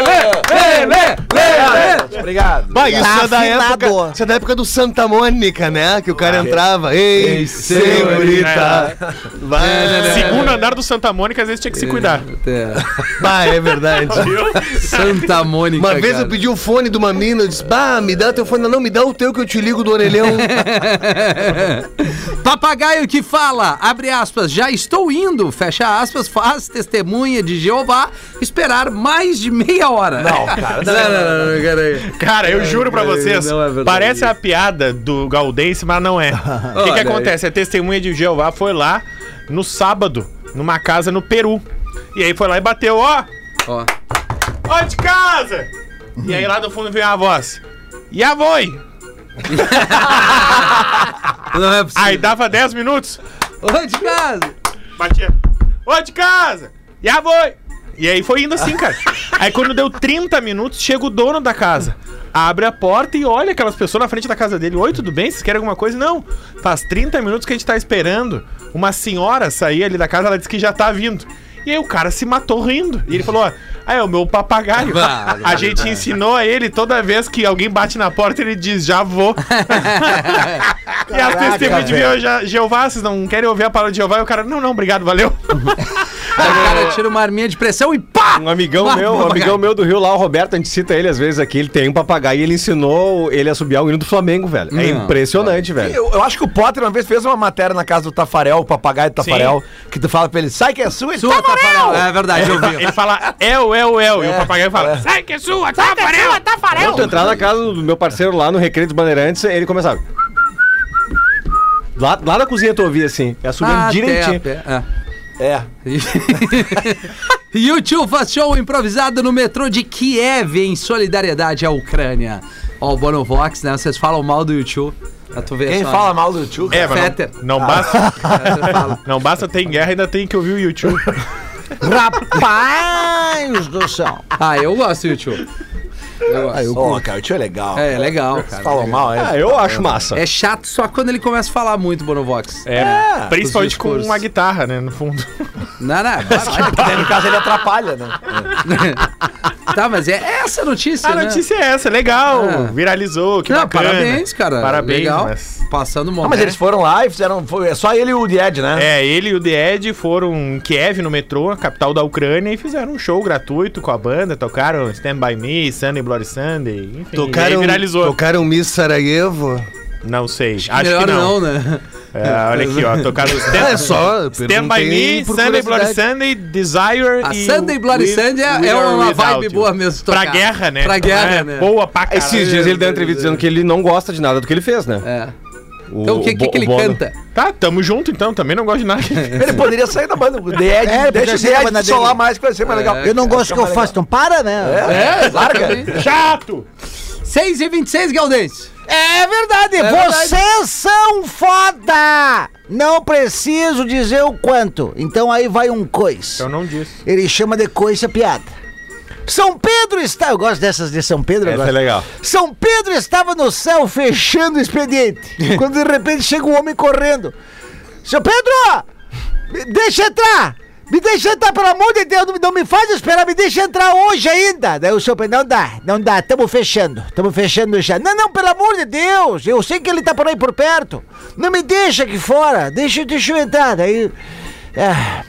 Speaker 3: Lelê? Lelê, Lelê, Lelê.
Speaker 7: Obrigado.
Speaker 10: Bah, isso,
Speaker 6: Tá
Speaker 10: é da
Speaker 6: afinado.
Speaker 10: época, isso é da época do Santa Mônica, né? Que o
Speaker 7: Ah, é.
Speaker 10: cara entrava. Ei,
Speaker 3: Ei,
Speaker 10: senhorita. Vai.
Speaker 5: Segundo andar do Santa Mônica, às vezes tinha que se cuidar.
Speaker 3: É.
Speaker 10: Bah, é verdade.
Speaker 3: Santa Mônica.
Speaker 10: Uma vez eu
Speaker 3: cara.
Speaker 10: pedi o fone de uma mina, eu disse, bah, me dá teu fone. Ela, Não, me dá o teu que eu te ligo do orelhão.
Speaker 3: Papagaio que fala, abre aspas, já estou indo, fecha aspas, faz testemunha de Jeová, esperar mais de meia hora. Não, cara, não, não, não, não, cara.
Speaker 5: Cara, eu juro pra vocês,
Speaker 3: não é verdade
Speaker 5: parece
Speaker 3: isso.
Speaker 5: a piada do Gaudense, mas não é. O que, que
Speaker 3: Olha aí.
Speaker 5: acontece? A testemunha de Jeová foi lá no sábado, numa casa no Peru. E aí foi lá e bateu, ó,
Speaker 3: Ó,
Speaker 5: ó de casa! E aí lá do fundo veio uma voz. E a voi?
Speaker 3: não é
Speaker 5: Aí
Speaker 3: possível.
Speaker 5: dava 10 minutos,
Speaker 3: Ô, de casa.
Speaker 5: batia. Ô de casa! E a voi? E aí foi indo assim, cara. Aí quando deu 30 minutos, chega o dono da casa. Abre a porta e olha aquelas pessoas na frente da casa dele. Oi, tudo bem? Vocês querem alguma coisa? Não. Faz 30 minutos que a gente tá esperando uma senhora sair ali da casa, ela disse que já tá vindo. E aí o cara se matou rindo. E ele falou, ó, ah, é o meu papagaio. A gente ensinou a ele toda vez que alguém bate na porta, ele diz, já vou. e as testemunhas de Jeová- Jeová, vocês não querem ouvir a palavra de Jeová? E o cara, não, não, obrigado, valeu.
Speaker 3: Aí o cara tira uma arminha de pressão e pá!
Speaker 4: Um amigão
Speaker 3: Vai,
Speaker 4: meu, um
Speaker 3: papagaio.
Speaker 4: amigão meu do Rio lá, o Roberto, a gente cita ele às vezes aqui, ele tem um papagaio e ele ensinou ele a subir o hino do Flamengo, velho. É
Speaker 3: Não,
Speaker 4: impressionante, velho.
Speaker 7: Eu, eu acho que o Potter uma vez fez uma matéria na casa do Tafarel, o papagaio do Tafarel, que tu fala pra ele, sai que é sua, e
Speaker 4: Tá
Speaker 3: Sua, Tafarel! É verdade, eu vi.
Speaker 5: Ele tá fala, eu, eu, eu. E o papagaio fala, sai que é sua, tá, tafarel, tafarel.
Speaker 4: Quando eu entrar na casa do meu parceiro lá no Recreio dos Bandeirantes, ele começava. Lá, lá na cozinha tu ouvia assim, é subindo
Speaker 3: Ah,
Speaker 4: direitinho.
Speaker 3: até a pé,
Speaker 7: É,
Speaker 3: É. YouTube faz show improvisado no metrô de Kiev em solidariedade à Ucrânia. Ó, o Bonovox, né? Vocês falam mal do YouTube. Pra tu ver
Speaker 7: Quem
Speaker 3: só,
Speaker 7: fala
Speaker 3: né?
Speaker 7: mal do tio?
Speaker 5: É, mas
Speaker 3: Fetter. É,
Speaker 5: não, não basta,
Speaker 3: Você fala.
Speaker 5: não basta ter guerra, ainda tem que ouvir o YouTube.
Speaker 6: Rapaz do céu.
Speaker 3: Ah, eu gosto do YouTube. Eu gosto.
Speaker 7: Pô, cara, o tio é legal.
Speaker 3: É, é legal, cara.
Speaker 7: Falam mal, é.
Speaker 4: Ah, eu acho massa.
Speaker 3: É chato só quando ele começa a falar muito, Bonovox.
Speaker 5: É, principalmente
Speaker 3: Os
Speaker 5: com
Speaker 3: discursos.
Speaker 5: uma guitarra, né, no fundo.
Speaker 3: Não, é não. vai,
Speaker 7: Porque daí, no caso, ele atrapalha, né?
Speaker 3: vai. Tá, mas é essa a notícia,
Speaker 5: A
Speaker 3: né?
Speaker 5: notícia é essa, legal,
Speaker 3: É.
Speaker 5: viralizou, que
Speaker 3: Não,
Speaker 5: bacana.
Speaker 3: parabéns, cara.
Speaker 5: Parabéns,
Speaker 3: Legal.
Speaker 5: mas-
Speaker 3: Passando mal.
Speaker 7: Não, mas eles foram lá e fizeram. Foi, é só ele e o Died, né?
Speaker 5: É, ele e o The Ed foram em Kiev, no metrô, a capital da Ucrânia, e fizeram um show gratuito com a banda, tocaram Stand By Me, Sunday Bloody Sunday, enfim, e aí
Speaker 4: um-
Speaker 10: Tocaram,
Speaker 5: viralizou.
Speaker 10: tocaram Miss Sarajevo.
Speaker 5: Não sei, acho,
Speaker 3: Melhor
Speaker 5: que não.
Speaker 3: não, né?
Speaker 5: É, olha aqui, ó, tocaram Stand,
Speaker 10: É só, eu
Speaker 5: Stand By
Speaker 10: perguntei
Speaker 5: Me,
Speaker 10: por
Speaker 5: Sunday Bloody
Speaker 10: curiosidade.
Speaker 5: Sunday, Desire
Speaker 3: A
Speaker 5: e...
Speaker 3: Sunday Bloody
Speaker 5: With-
Speaker 3: Sunday é-
Speaker 5: With
Speaker 3: é
Speaker 5: or
Speaker 3: uma
Speaker 5: Without
Speaker 3: vibe
Speaker 5: You.
Speaker 3: boa mesmo de
Speaker 5: Pra
Speaker 3: tocar.
Speaker 5: guerra, né?
Speaker 3: Pra guerra,
Speaker 5: É,
Speaker 3: né?
Speaker 5: Boa pra caralho.
Speaker 4: Esses dias ele deu uma entrevista dizendo que ele não gosta de nada do que ele fez, né?
Speaker 3: É. Então o que, que,
Speaker 4: Bo-
Speaker 3: que ele
Speaker 4: Bono.
Speaker 3: canta?
Speaker 5: Tá, tamo junto então, também não gosto de nada.
Speaker 7: Ele poderia sair da banda. O The Ed,
Speaker 6: É, ele
Speaker 7: deixa
Speaker 6: podia
Speaker 7: o
Speaker 6: sair da
Speaker 7: The
Speaker 6: banda
Speaker 7: Ed solar
Speaker 6: dele.
Speaker 7: mais, que vai ser mais legal.
Speaker 6: Eu não gosto que eu faço, então para, né?
Speaker 3: É, larga.
Speaker 5: Chato!
Speaker 3: 6 e 26, Galdense.
Speaker 6: É verdade,
Speaker 3: verdade.
Speaker 6: vocês são foda! Não preciso dizer o quanto. Então aí vai um cois.
Speaker 5: Eu não disse.
Speaker 6: Ele chama de coisa piada. São Pedro está. Eu gosto dessas de São Pedro
Speaker 4: Essa é
Speaker 6: agora.
Speaker 4: legal.
Speaker 6: São Pedro estava no céu fechando o expediente. quando de repente chega um homem correndo. Seu Pedro! me Deixa entrar! Me deixa entrar, pelo amor de Deus, não me- não me faz esperar, me deixa entrar hoje ainda. Daí o seu pai, não dá, não dá, tamo fechando, tamo fechando já. Não, não, pelo amor de Deus, eu sei que ele tá por aí por perto. Não me deixa aqui fora, deixa, deixa eu entrar. Daí. ah.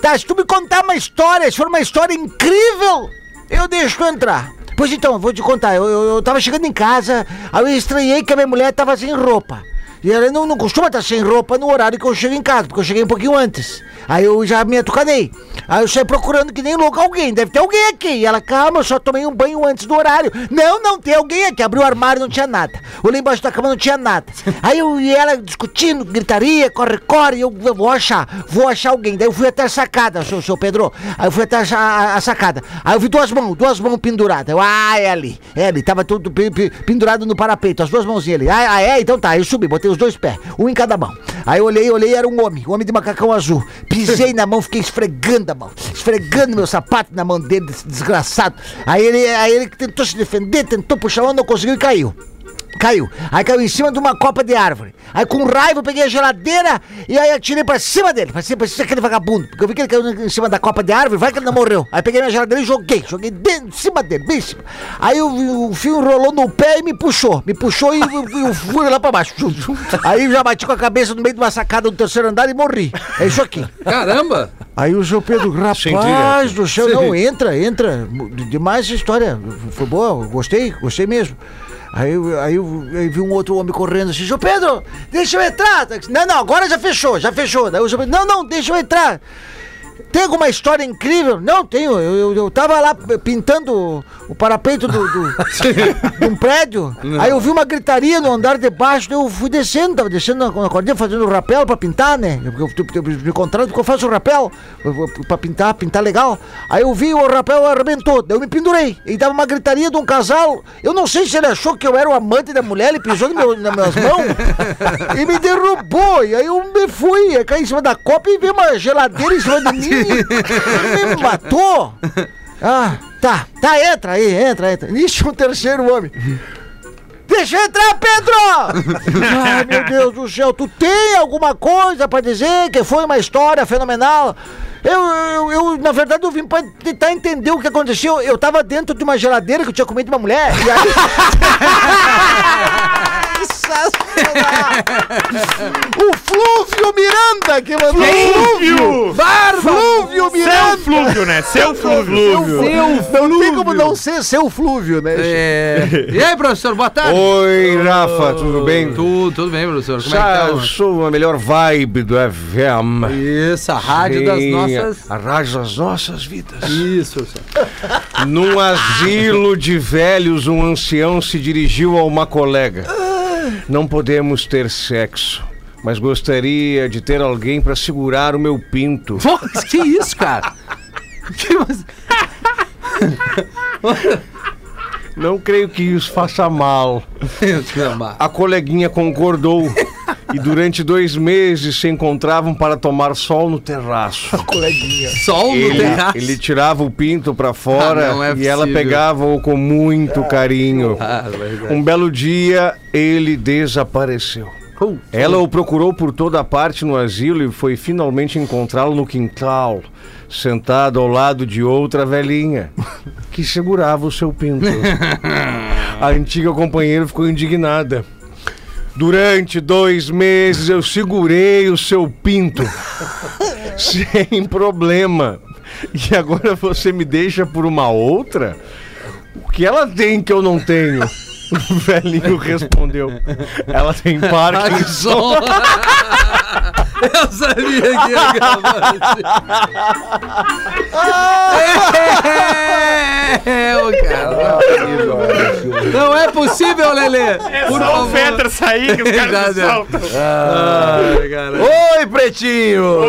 Speaker 6: Tá, se tu me contar uma história, se for uma história incrível, eu deixo tu entrar. Pois então, eu vou te contar. Eu, eu, eu tava chegando em casa, aí eu estranhei que a minha mulher tava sem roupa. E ela não, não costuma estar sem roupa no horário que eu chego em casa, porque eu cheguei um pouquinho antes. Aí eu já me atucanei. Aí eu saí procurando que nem louco alguém. Deve ter alguém aqui. E ela, calma, eu só tomei um banho antes do horário. Não, não tem alguém aqui. Abriu o armário não tinha nada. Olhei embaixo da cama não tinha nada. Aí eu e ela discutindo, gritaria, corre, corre. Eu, eu vou achar, vou achar alguém. Daí eu fui até a sacada, seu, seu Pedro. Aí eu fui até a, sa- a sacada. Aí eu vi duas mãos, duas mãos penduradas. Eu, ah, é ali. É ali. Tava tudo pe- pe- pendurado no parapeito, as duas mãozinhas ali. Ah, ah, é? Então tá. Eu subi, botei os dois pés, um em cada mão. Aí eu olhei, olhei, era um homem, um homem de macacão azul. Pisei na mão, fiquei esfregando a mão, esfregando meu sapato na mão dele, desse desgraçado. Aí ele, aí ele tentou se defender, tentou puxar a mão, não conseguiu e caiu. Caiu. Aí caiu em cima de uma copa de árvore. Aí com raiva eu peguei a geladeira e aí atirei pra cima dele, assim, pra cima, pra cima daquele é vagabundo. Porque eu vi que ele caiu em cima da copa de árvore, vai que ele não morreu. Aí peguei minha geladeira e joguei, joguei dentro, em cima dele, bem em cima. Aí o, o fio enrolou no pé e me puxou, me puxou e eu, eu fui lá pra baixo. Aí eu já bati com a cabeça no meio de uma sacada do terceiro andar e morri. É isso aqui.
Speaker 3: Caramba!
Speaker 6: Aí o João Pedro, rapaz do céu, não, entra, entra. Demais essa história. Foi boa, eu gostei, gostei mesmo. Aí, eu- aí, eu- aí vi um outro homem correndo assim, João Pedro, deixa eu entrar. Não, não, agora já fechou, já fechou. Daí o João Pedro, não, não, deixa eu entrar. Tem alguma história incrível? Não, tenho. Eu, eu, eu tava lá pintando o parapeito do, do- de um prédio. Aí eu vi uma gritaria no andar de baixo, daí eu fui descendo, tava descendo na, na cordinha, fazendo rapel pra pintar, né? Eu, eu, eu, eu- me contrato porque eu faço rapel eu- eu- pra pintar, pintar legal. Aí eu vi o rapel arrebentou, daí eu me pendurei. E tava uma gritaria de um casal. Eu não sei se ele achou que eu era o amante da mulher, ele pisou no meu- nas minhas mãos e me derrubou. E aí eu me fui, eu caí em cima da copa e vi uma geladeira em cima de mim e me matou. Ah, tá, tá, entra aí, entra, entra. Ixi, um terceiro homem. Deixa eu entrar, Pedro! Ai, meu Deus do céu, tu tem alguma coisa pra dizer que foi uma história fenomenal? Eu, eu, eu, na verdade, eu vim pra tentar entender o que aconteceu. Eu tava dentro de uma geladeira que eu tinha comido uma mulher, e aí... é Sensacional! o Flúvio Miranda que mandou
Speaker 5: Flúvio!
Speaker 3: Barba!
Speaker 6: Flúvio Miranda!
Speaker 5: Seu Flúvio, né? Seu Flúvio.
Speaker 6: Seu não tem como não ser seu Flúvio, né?
Speaker 3: É. E aí, professor, boa tarde.
Speaker 8: Oi, Rafa, tudo bem?
Speaker 3: Tudo, tudo bem, professor? Como é
Speaker 8: Já
Speaker 3: que tá?
Speaker 8: sou a melhor vibe do FM.
Speaker 3: Isso, a rádio
Speaker 8: Sim,
Speaker 3: das nossas.
Speaker 8: A rádio das nossas vidas.
Speaker 3: Isso, professor.
Speaker 8: Num asilo de velhos, um ancião se dirigiu a uma colega. Não podemos ter sexo, mas gostaria de ter alguém para segurar o meu pinto.
Speaker 3: Pô, que isso, cara? Que você-
Speaker 8: Não creio que isso faça mal.
Speaker 3: Não,
Speaker 8: A coleguinha concordou e durante dois meses se encontravam para tomar sol no terraço.
Speaker 3: Sol no
Speaker 8: Ele,
Speaker 3: terraço.
Speaker 8: ele tirava o pinto para fora
Speaker 3: Ah, não é
Speaker 8: e ela
Speaker 3: possível.
Speaker 8: pegava-o com muito carinho.
Speaker 3: Ah, verdade.
Speaker 8: Um belo dia, ele desapareceu.
Speaker 3: Putz.
Speaker 8: Ela o procurou por toda parte no asilo e foi finalmente encontrá-lo no quintal, sentado ao lado de outra velhinha, que segurava o seu pinto. A antiga companheira ficou indignada. Durante dois meses eu segurei o seu pinto sem problema. E agora você me deixa por uma outra? O que ela tem que eu não tenho? O velhinho respondeu. Ela tem Parkinson.
Speaker 3: Ah, Sol. Eu sabia que ia acabar assim. É, ô, cara. Não é possível, Lelê.
Speaker 5: É só o Fetter sair que os caras
Speaker 3: Verdade, é.
Speaker 5: não saltam.
Speaker 3: Ai, cara.
Speaker 7: Oi, pretinho!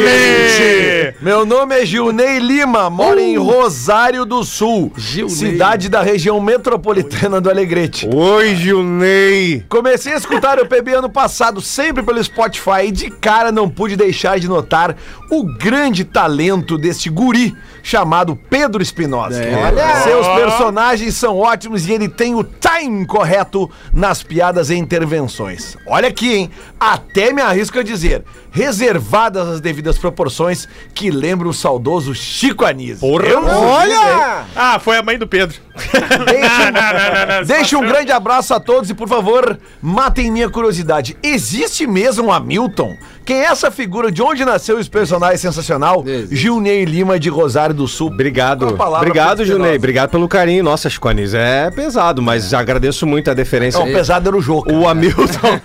Speaker 5: Lelê!
Speaker 7: Meu nome é Gilney Lima, moro em Rosário do Sul, cidade da região metropolitana do Alegrete.
Speaker 4: Oi, Gilney.
Speaker 7: Comecei a escutar o PB ano passado, sempre pelo Spotify, e de cara não pude deixar de notar o grande talento desse guri chamado Pedro Espinosa. Olha! Seus personagens são ótimos e ele tem o time correto nas piadas e intervenções. Olha aqui, hein? Até me arrisco a dizer, reservadas as devidas proporções que lembra o saudoso Chico Anísio. Eu não duvido, hein?
Speaker 11: Olha!
Speaker 5: Ah, foi a mãe do Pedro.
Speaker 7: Deixa,
Speaker 5: não, não, não.
Speaker 7: Deixa um grande abraço a todos e, por favor, matem minha curiosidade. Existe mesmo um Hamilton? Quem é essa figura? De onde nasceu esse personagem sensacional? Gilney Lima de Rosário do Sul.
Speaker 4: Obrigado.
Speaker 7: Com a palavra
Speaker 4: Obrigado,
Speaker 7: pra
Speaker 4: Junei.
Speaker 7: Espinosa.
Speaker 4: Obrigado pelo carinho. Nossa, Chico Anísio é pesado, mas agradeço muito a deferência.
Speaker 7: Não, É um pesado era o jogo.
Speaker 4: O Hamilton.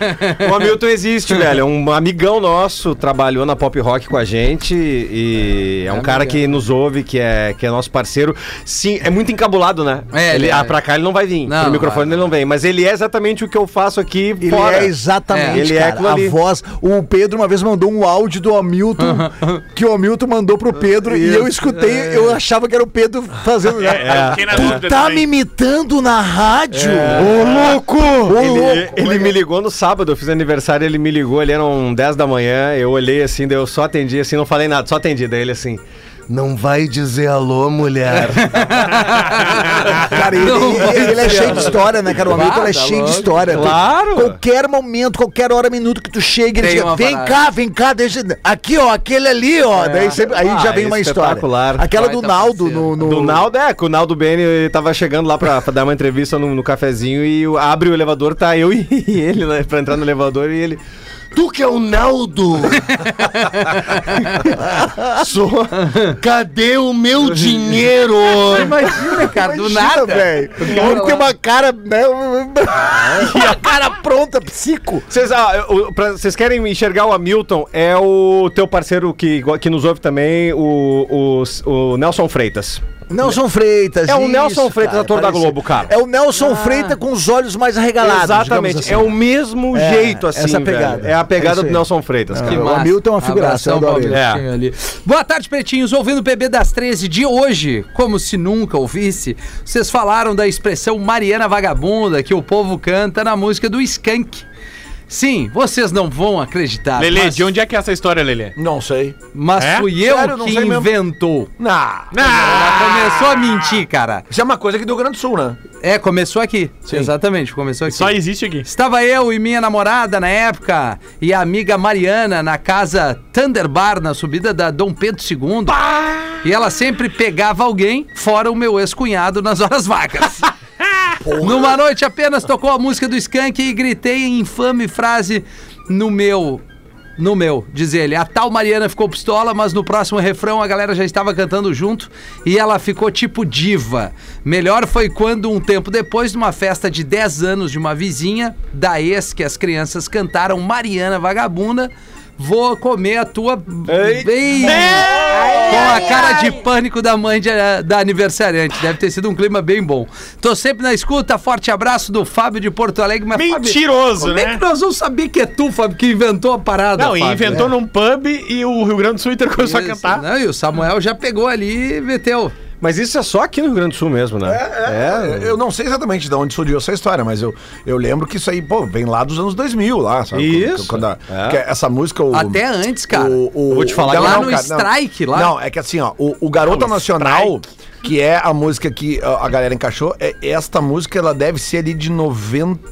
Speaker 4: o Hamilton existe, velho. É um amigão nosso, trabalhou na pop rock com a gente e é, um cara que nos ouve, que é, que é nosso parceiro. Sim, é muito encabulado, né?
Speaker 3: É,
Speaker 4: ele,
Speaker 3: ele é.
Speaker 4: ah, pra cá ele não vai vir.
Speaker 3: Não,
Speaker 4: pro microfone
Speaker 3: vai,
Speaker 4: ele não vem. Mas ele é exatamente o que eu faço aqui.
Speaker 10: Ele é exatamente,
Speaker 4: É, ele é
Speaker 10: cara,
Speaker 4: aquilo ali.
Speaker 10: a voz. O Pedro uma vez mandou um áudio do Hamilton, que o Hamilton mandou pro Pedro, e eu escutei,
Speaker 6: É.
Speaker 10: eu achava que era o Pedro
Speaker 5: É,
Speaker 10: fazendo...
Speaker 5: Fiquei na
Speaker 10: Tu
Speaker 5: dúvida
Speaker 10: tá me
Speaker 5: também.
Speaker 10: imitando na rádio?
Speaker 6: É.
Speaker 4: louco! ele é,
Speaker 10: louco,
Speaker 5: é,
Speaker 4: ele me ligou no sábado, eu fiz aniversário, ele me ligou, ele eram 10 da manhã, eu olhei assim, daí eu só atendi assim, não falei nada, só atendi. Daí ele assim,
Speaker 10: Não vai dizer alô, mulher. cara, ele,
Speaker 3: Não vai
Speaker 10: ele é cheio de história, né, cara? O amigo é
Speaker 3: tá
Speaker 10: cheio de história.
Speaker 4: Claro.
Speaker 10: Qualquer momento, qualquer hora, minuto que tu chega, ele
Speaker 3: Tem
Speaker 10: chega,
Speaker 3: uma
Speaker 10: vem
Speaker 3: parada. É.
Speaker 10: cá, vem cá, deixa. Aqui, ó, aquele ali, ó. Daí sempre- aí
Speaker 4: Ah,
Speaker 10: já vem uma história.
Speaker 4: espetacular.
Speaker 10: Aquela do
Speaker 3: Baita
Speaker 10: Naldo
Speaker 3: parceiro.
Speaker 10: no. no-
Speaker 4: Do Naldo, é, que o Naldo Bene tava chegando lá pra, pra dar uma entrevista no, no cafezinho e o- abre o elevador, tá eu e ele, né, pra entrar no elevador e ele...
Speaker 10: Tu que é o Naldo!
Speaker 4: Sou...
Speaker 10: Cadê o meu dinheiro?
Speaker 3: Imagina, cara, do
Speaker 10: Imagina,
Speaker 3: nada.
Speaker 10: velho. É, O homem tem uma cara, né? Uma cara pronta, psico.
Speaker 4: Vocês ah, o- pra- vocês querem enxergar o Hamilton? É o teu parceiro que, go- que nos ouve também, o, o, o Nelson Freitas.
Speaker 10: Nelson Freitas.
Speaker 4: É o Nelson Freitas, ator da
Speaker 10: parecido.
Speaker 4: Globo, cara.
Speaker 10: É o Nelson Freitas com os olhos mais arregalados.
Speaker 4: Exatamente.
Speaker 10: digamos assim.
Speaker 4: É o mesmo
Speaker 10: É,
Speaker 4: jeito, assim.
Speaker 10: essa
Speaker 4: velho.
Speaker 10: pegada.
Speaker 4: É a
Speaker 10: É isso
Speaker 4: pegada
Speaker 10: aí.
Speaker 4: do Nelson Freitas, cara.
Speaker 10: Que O Hamilton é uma figuraça, eu
Speaker 3: Abração
Speaker 10: adoro
Speaker 3: pro
Speaker 10: ele.
Speaker 3: Hamilton ali. Boa tarde, pretinhos. Ouvindo o PB das 13 de hoje, como se nunca ouvisse, vocês falaram da expressão Mariana Vagabunda que o povo canta na música do Skank. Sim, vocês não vão acreditar.
Speaker 5: Lelê,
Speaker 3: mas,
Speaker 5: de onde é que é essa história, Lelê?
Speaker 7: Não sei.
Speaker 3: mas
Speaker 5: É? Ah!
Speaker 3: fui eu
Speaker 7: Sério, não
Speaker 3: que
Speaker 7: sei mesmo.
Speaker 3: inventou.
Speaker 7: Não.
Speaker 3: Ela começou a mentir, cara.
Speaker 7: Isso é uma coisa que do Rio Grande do Sul, né?
Speaker 3: É, começou aqui. Exatamente, começou aqui.
Speaker 5: Só existe aqui.
Speaker 3: Estava eu e minha namorada na época e a amiga Mariana na casa Thunder Bar, na subida da Dom Pedro II. E ela sempre pegava alguém, fora o meu ex-cunhado, nas horas vagas. Numa noite apenas tocou a música do Skank e gritei em infame frase no meu. No meu, diz ele. A tal Mariana ficou pistola, mas no próximo refrão a galera já estava cantando junto e ela ficou tipo diva. Melhor foi quando, um tempo depois, numa festa de 10 anos de uma vizinha, da ex que as crianças cantaram Mariana Vagabunda, vou comer a tua. Ei! Com a cara de pânico da mãe de- da aniversariante. Deve ter sido um clima bem bom. Tô sempre na escuta. Forte abraço do Fábio de Porto Alegre. Mas, Fábio,
Speaker 5: Mentiroso,
Speaker 3: como é
Speaker 5: né?
Speaker 3: que nós vamos saber que é tu, Fábio, que inventou a parada?
Speaker 5: Não, e
Speaker 3: Fábio?
Speaker 5: inventou
Speaker 3: É.
Speaker 5: num pub e o Rio Grande do Sul inteiro começou a
Speaker 3: Isso, né?
Speaker 5: cantar.
Speaker 3: Não, e o Samuel já pegou ali e meteu.
Speaker 4: Mas isso é só aqui no Rio Grande do Sul mesmo, né? É.
Speaker 7: Eu não sei exatamente de onde surgiu essa história, mas eu, eu lembro que isso aí, pô, vem lá dos anos 2000, lá, sabe?
Speaker 4: Isso.
Speaker 7: Quando, a-
Speaker 4: É.
Speaker 7: que essa música... O,
Speaker 3: Até antes, cara.
Speaker 7: O, o,
Speaker 4: vou te falar
Speaker 7: o-
Speaker 3: lá no Strike, lá.
Speaker 7: Não, é que assim, ó, o, o Garota Nacional, que é a música que a, a galera encaixou, é, esta música, ela deve ser ali de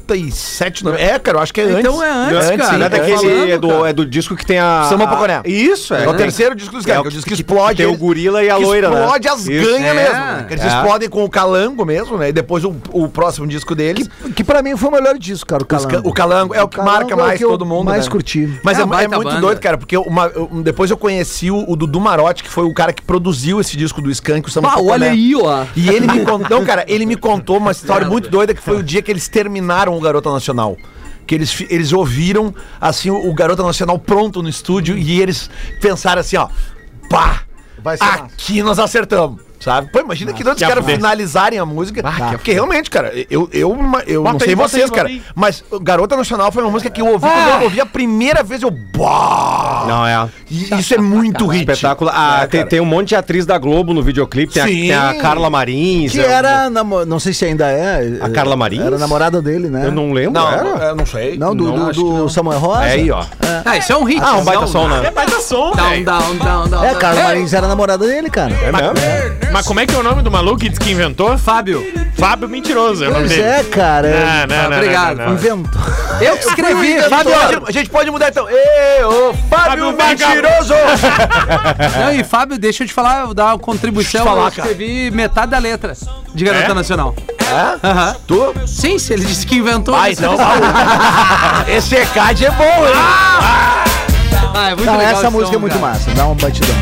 Speaker 7: 97, no- É, cara, eu acho que é antes.
Speaker 3: Então é antes, cara.
Speaker 4: Não é
Speaker 7: sim,
Speaker 4: daquele.
Speaker 7: antes.
Speaker 3: falando,
Speaker 4: é, do,
Speaker 3: cara.
Speaker 4: é do disco que tem a.
Speaker 7: Samba
Speaker 4: a-
Speaker 7: Paconé.
Speaker 4: Isso, é.
Speaker 7: É o terceiro disco dos caras,
Speaker 4: É o
Speaker 7: que eu disse
Speaker 4: que-
Speaker 7: que
Speaker 4: que
Speaker 7: explode.
Speaker 4: tem o
Speaker 7: eles-
Speaker 4: gorila e a
Speaker 7: que
Speaker 4: loira, né?
Speaker 7: Explode as
Speaker 4: Isso.
Speaker 7: ganhas
Speaker 3: É.
Speaker 7: mesmo. né? Que Eles
Speaker 4: É.
Speaker 7: explodem com o calango mesmo, né? E depois o, o próximo disco deles.
Speaker 10: Que pra mim foi o melhor disso, cara. O
Speaker 7: Os ca-
Speaker 10: Calango.
Speaker 7: o Calango é o que
Speaker 10: Calango
Speaker 7: marca
Speaker 10: é o
Speaker 7: mais
Speaker 10: que eu
Speaker 7: todo mundo.
Speaker 10: mais
Speaker 7: né?
Speaker 10: curti.
Speaker 7: Mas
Speaker 3: É
Speaker 7: é,
Speaker 3: uma
Speaker 7: é
Speaker 3: baita
Speaker 7: muito
Speaker 3: banda.
Speaker 7: doido, cara, porque uma- eu- depois eu conheci o, o Dudu Marotti, que foi o cara que produziu esse disco do Skank, o Samba
Speaker 3: Ah,
Speaker 7: Paconé.
Speaker 3: olha aí, ó.
Speaker 7: E ele me contou, não, cara, ele me contou uma história muito doida que foi o dia que eles terminaram o Garota Nacional. Que eles, fi- eles ouviram, assim, o, o Garota Nacional pronto no estúdio e eles pensaram assim, ó, pá,
Speaker 10: Vai ser massa."
Speaker 7: aqui nós acertamos. Sabe? Pô, imagina que antes os caras
Speaker 5: fuder.
Speaker 7: finalizarem a música. Porque realmente, cara, eu, eu, eu não
Speaker 5: Bota
Speaker 7: sei
Speaker 5: aí, bota
Speaker 7: vocês,
Speaker 5: aí, bota
Speaker 7: cara,
Speaker 5: aí. Ah!
Speaker 7: mas Garota Nacional foi uma música que eu ouvi quando eu ouvi a primeira vez, eu. Bah!
Speaker 4: Não, é.
Speaker 7: E Isso é muito
Speaker 5: Tá
Speaker 7: hit.
Speaker 4: Espetáculo. Ah,
Speaker 7: É,
Speaker 4: tem,
Speaker 7: cara.
Speaker 4: tem um monte de atriz da Globo no videoclipe. Tem, a,
Speaker 7: Sim.
Speaker 4: tem a Carla Marins.
Speaker 10: Que
Speaker 4: é um-
Speaker 10: era, namo- não sei se ainda é.
Speaker 4: A
Speaker 10: eh,
Speaker 4: Carla Marins?
Speaker 10: Era namorada dele, né?
Speaker 4: Eu não lembro.
Speaker 7: Não,
Speaker 4: era?
Speaker 7: eu não sei.
Speaker 10: Não, do,
Speaker 4: Não,
Speaker 10: do-
Speaker 4: acho
Speaker 10: do Samuel Rosa.
Speaker 4: É aí, ó.
Speaker 3: Ah, isso é um hit.
Speaker 4: Ah, um baita som, né?
Speaker 5: É mais da som,
Speaker 3: Down,
Speaker 5: velho.
Speaker 3: down, down, down.
Speaker 10: É,
Speaker 3: down.
Speaker 10: Carlos
Speaker 3: Ei,
Speaker 10: Marins era namorada dele, cara.
Speaker 4: É mesmo?
Speaker 5: Mas como é que é o nome do maluco que diz que inventou?
Speaker 3: Fábio,
Speaker 5: Fábio Mentiroso é o nome
Speaker 10: Pois
Speaker 5: dele.
Speaker 10: é, cara.
Speaker 5: Não, não, não,
Speaker 3: obrigado.
Speaker 5: não, não, não.
Speaker 10: Invento.
Speaker 3: eu que escrevi,
Speaker 7: Fábio,
Speaker 3: Fábio.
Speaker 7: a gente- a gente pode mudar então. Ê, ô, Fábio,
Speaker 5: Fábio Vagabundo.
Speaker 7: Mentiroso!
Speaker 3: Não, e Fábio, deixa eu te falar, eu vou dar uma contribuição.
Speaker 7: Deixa eu te falar,
Speaker 3: eu escrevi metade da letra de Garota
Speaker 5: É?
Speaker 3: Nacional.
Speaker 7: É?
Speaker 3: Aham.
Speaker 7: Tu?
Speaker 3: Sim, se ele disse que inventou né?
Speaker 7: Ah,
Speaker 3: isso.
Speaker 7: então. Esse ECAD é bom, hein?
Speaker 3: Ah, é muito
Speaker 6: Então,
Speaker 10: Não,
Speaker 3: legal
Speaker 10: essa
Speaker 3: esse
Speaker 10: música
Speaker 3: som,
Speaker 10: é muito
Speaker 3: cara.
Speaker 10: massa. Dá um batidão.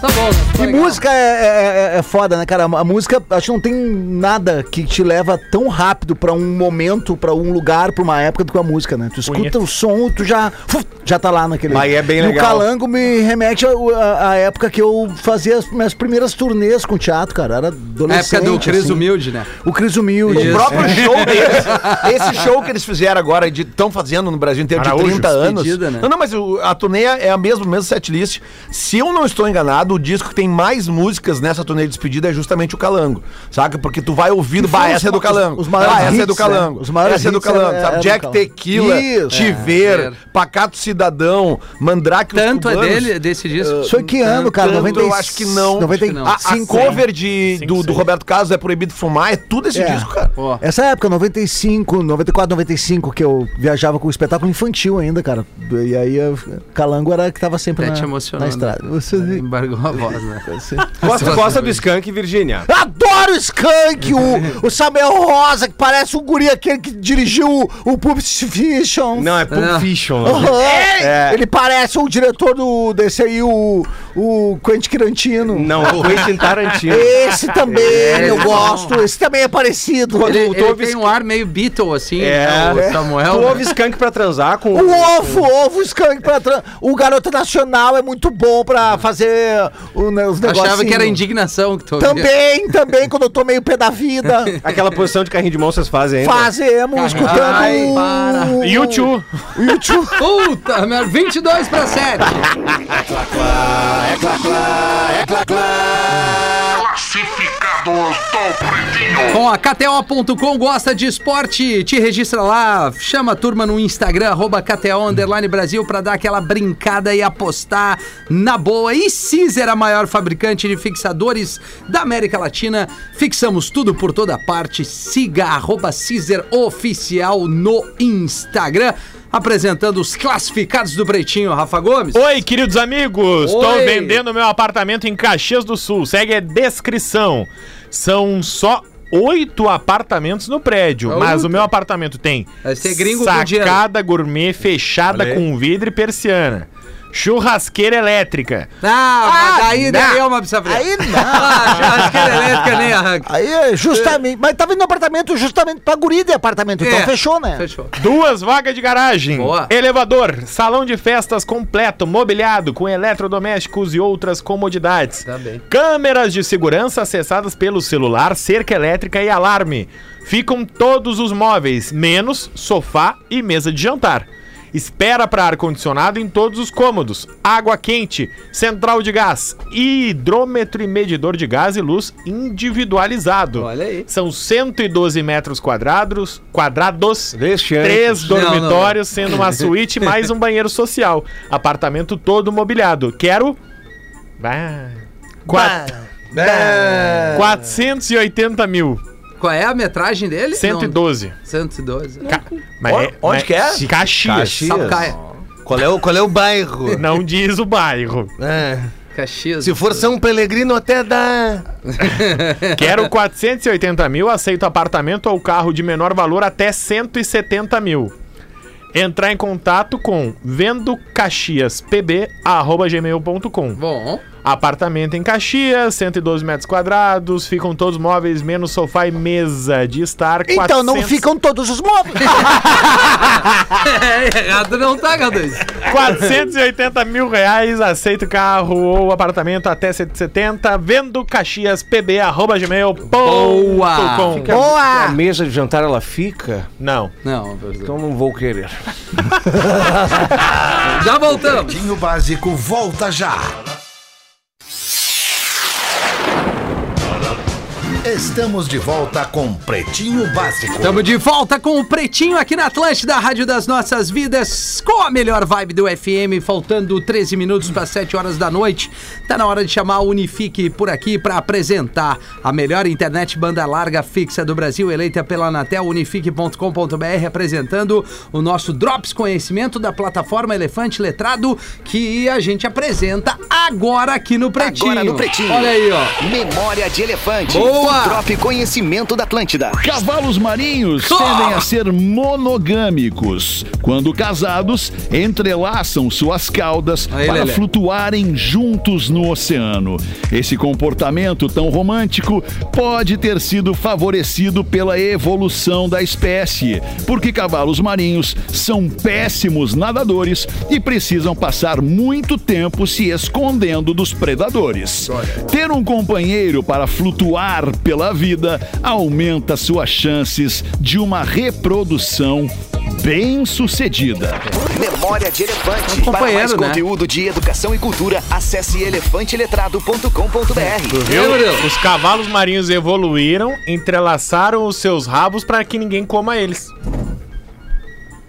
Speaker 3: Tá bom. tá
Speaker 10: E
Speaker 3: legal.
Speaker 10: música é, é- é- é foda, né, cara? A música, acho que não tem nada que te leva tão rápido pra um momento, pra um lugar, pra uma época do que a música, né? Tu escuta o som, tu já, fu, já tá lá naquele.
Speaker 4: Mas é bem
Speaker 10: E o
Speaker 4: legal.
Speaker 10: Calango me remete à- à à época que eu fazia as minhas primeiras turnês com teatro, cara. Era
Speaker 3: Na
Speaker 10: adolescente.
Speaker 3: época do Cris
Speaker 10: assim.
Speaker 3: Humilde, né?
Speaker 10: O Cris Humilde.
Speaker 3: Isso.
Speaker 7: O próprio show deles, esse show que eles fizeram agora, estão fazendo no Brasil inteiro
Speaker 5: Araújo,
Speaker 7: de 30 anos.
Speaker 3: despedida, né?
Speaker 7: Não, não, mas o- a turnê é a mesma, o mesmo setlist. Se eu não estou enganado, o disco que tem mais músicas nessa turnê de despedida é justamente o Calango, saca? Porque tu vai ouvindo,
Speaker 10: Que
Speaker 7: bah,
Speaker 10: foram
Speaker 7: essa
Speaker 10: os
Speaker 7: é do
Speaker 10: ma-
Speaker 7: Calango.
Speaker 10: os maiores
Speaker 7: bah, essa é
Speaker 10: hits,
Speaker 7: do Calango.
Speaker 10: né? Os maiores
Speaker 7: essa é do
Speaker 10: hits
Speaker 7: Calango,
Speaker 10: era-
Speaker 7: sabe?
Speaker 10: era do
Speaker 7: Jack
Speaker 10: Calango.
Speaker 7: Tequila,
Speaker 10: Isso.
Speaker 7: Te
Speaker 10: É,
Speaker 7: Ver,
Speaker 3: Ver.
Speaker 7: Pacato Cidadão, Mandrake os
Speaker 3: Tanto é
Speaker 7: Cubanos.
Speaker 3: dele, desse disco.
Speaker 10: Isso foi que ano, cara?
Speaker 7: Tanto,
Speaker 10: 90
Speaker 7: eu acho que não. Ah,
Speaker 10: 95.
Speaker 7: A, a
Speaker 10: né?
Speaker 7: cover de, do, do Roberto Carlos é Proibido Fumar, é tudo esse
Speaker 10: É.
Speaker 7: disco, cara.
Speaker 3: Ó.
Speaker 10: Essa época, 95, 94, 95, que eu viajava com um espetáculo infantil ainda, cara. E aí, eu- Calango era que tava sempre
Speaker 3: Até
Speaker 10: na,
Speaker 3: te né?
Speaker 10: na
Speaker 3: emocionando.
Speaker 10: estrada. Você-
Speaker 3: Embargou a voz, né?
Speaker 4: Gosta, gosta do Skank, Virgínia.
Speaker 10: Adoro o Skank, o, o Samuel Rosa, que parece um guri aquele que dirigiu o, o Pulp Fiction.
Speaker 4: Não, é
Speaker 3: Ah.
Speaker 4: Pulp Fiction. né?
Speaker 10: Aham. É. Ele parece o diretor do, desse aí, o, o Quentin Quirantino.
Speaker 4: Não, o Quentin Tarantino. É.
Speaker 10: Esse também, eu gosto. Esse também é parecido.
Speaker 3: Ele, ele
Speaker 4: Tovis-
Speaker 3: tem um ar meio Beatle, assim,
Speaker 4: É.
Speaker 3: né, o Samuel.
Speaker 4: Tu
Speaker 3: né?
Speaker 4: ouve Skank pra transar com...
Speaker 10: O ovo, o ovo skunk pra trás. O garoto nacional é muito bom pra fazer o, né, os negócios.
Speaker 3: Achava que era indignação que tu ouvia.
Speaker 10: Também, também, quando eu tô meio pé da vida.
Speaker 4: Aquela posição de carrinho de mão vocês fazem ainda.
Speaker 10: Fazemos, escutando.
Speaker 3: Ai,
Speaker 10: o-
Speaker 3: para.
Speaker 10: o-
Speaker 5: YouTube.
Speaker 10: o YouTube.
Speaker 3: Puta, merda, 22 pra 7. Com a KTO.com, gosta de esporte? Te registra lá, chama a turma no Instagram, arroba KTO Underline Brasil, pra dar aquela brincada e apostar na boa. E Cizer, a maior fabricante de fixadores da América Latina, fixamos tudo por toda parte. Siga arroba Cizer Oficial no Instagram. Apresentando os classificados do Pretinho, Rafa Gomes.
Speaker 5: Oi, queridos amigos! Estou
Speaker 3: Oi.
Speaker 5: vendendo meu apartamento em Caxias do Sul. Segue a descrição. São só oito apartamentos no prédio,
Speaker 3: Oito.
Speaker 5: mas o meu apartamento tem
Speaker 3: Vai ser gringo com dinheiro.
Speaker 5: sacada gourmet fechada com vidro e persiana, churrasqueira elétrica,
Speaker 3: Ah, mas daí, daí
Speaker 5: não.
Speaker 3: é uma pizza fria.
Speaker 10: Aí não.
Speaker 3: Ah, acho que era elétrica nem arranca.
Speaker 10: Aí é justamente. Mas tava indo no apartamento justamente pra guri de apartamento. Então
Speaker 3: É,
Speaker 10: fechou, né?
Speaker 3: Fechou.
Speaker 5: duas vagas de garagem,
Speaker 3: Boa.
Speaker 5: elevador, salão de festas completo, mobiliado com eletrodomésticos e outras comodidades.
Speaker 3: Tá bem.
Speaker 5: Câmeras de segurança acessadas pelo celular, cerca elétrica e alarme. Ficam todos os móveis, menos sofá e mesa de jantar. Espera para ar-condicionado em todos os cômodos, água quente, central de gás, hidrômetro e medidor de gás e luz individualizado.
Speaker 3: Olha aí.
Speaker 5: São 112 metros quadrados, quadrados,
Speaker 4: Vestiante.
Speaker 5: três
Speaker 3: Não, não, não.
Speaker 5: dormitórios, sendo uma suíte e mais um banheiro social. Apartamento todo mobiliado. Quero... Bah.
Speaker 10: Ah,
Speaker 5: Quat-
Speaker 7: É.
Speaker 5: 480 mil.
Speaker 3: Qual é a metragem dele?
Speaker 5: 112.
Speaker 3: Não, 112.
Speaker 5: Ca- mas
Speaker 7: Onde-
Speaker 5: é-
Speaker 7: onde
Speaker 5: mas-
Speaker 7: que é?
Speaker 5: Caxias.
Speaker 3: Sapucaia.
Speaker 8: Qual é o, qual é o bairro?
Speaker 5: Não diz o bairro.
Speaker 8: É.
Speaker 3: Caxias.
Speaker 8: Se for São Pelegrino, até dá.
Speaker 5: Quero 480 mil, aceito apartamento ou carro de menor valor até 170 mil. Entrar em contato com vendocaxiaspb.gmail.com.
Speaker 3: Bom.
Speaker 5: Apartamento em Caxias, 112 metros quadrados, ficam todos móveis, menos sofá e mesa de estar.
Speaker 6: Então não
Speaker 5: 400
Speaker 6: ficam todos os móveis.
Speaker 3: É, errado não tá, K2.
Speaker 5: 480 mil reais, aceito carro ou apartamento até 170, vendo Caxias pb, arroba gmail,
Speaker 3: Boa.
Speaker 5: ponto com.
Speaker 8: A mesa de jantar ela fica?
Speaker 5: Não.
Speaker 3: Não,
Speaker 8: Então não vou querer.
Speaker 3: já voltamos.
Speaker 1: Tinho Básico volta já. Estamos de volta com Pretinho Básico.
Speaker 3: Estamos de volta com o Pretinho aqui na Atlântida, a Rádio das Nossas Vidas, com a melhor vibe do FM, faltando 13 minutos para 7 horas da noite. Tá na hora de chamar o Unifique por aqui para apresentar a melhor internet banda larga fixa do Brasil, eleita pela Anatel, unifique.com.br, apresentando o nosso Drops Conhecimento da plataforma Elefante Letrado, que a gente apresenta agora aqui no Pretinho.
Speaker 12: Agora no Pretinho.
Speaker 3: Olha aí, ó.
Speaker 12: Memória de elefante.
Speaker 3: Boa!
Speaker 12: O Drop Conhecimento da Atlântida.
Speaker 1: Cavalos marinhos tendem a ser monogâmicos. Quando casados, entrelaçam suas caudas
Speaker 3: Aí,
Speaker 1: para
Speaker 3: Lelé.
Speaker 1: flutuarem juntos no oceano. Esse comportamento tão romântico pode ter sido favorecido pela evolução da espécie, porque cavalos marinhos são péssimos nadadores e precisam passar muito tempo se escondendo dos predadores. Ter um companheiro para flutuar pela vida aumenta suas chances de uma reprodução bem-sucedida.
Speaker 12: Memória de elefante. Para mais
Speaker 3: companheiro, né?
Speaker 12: conteúdo de educação e cultura, acesse elefanteletrado.com.br.
Speaker 5: Viu? Os cavalos marinhos evoluíram, entrelaçaram os seus rabos para que ninguém coma eles.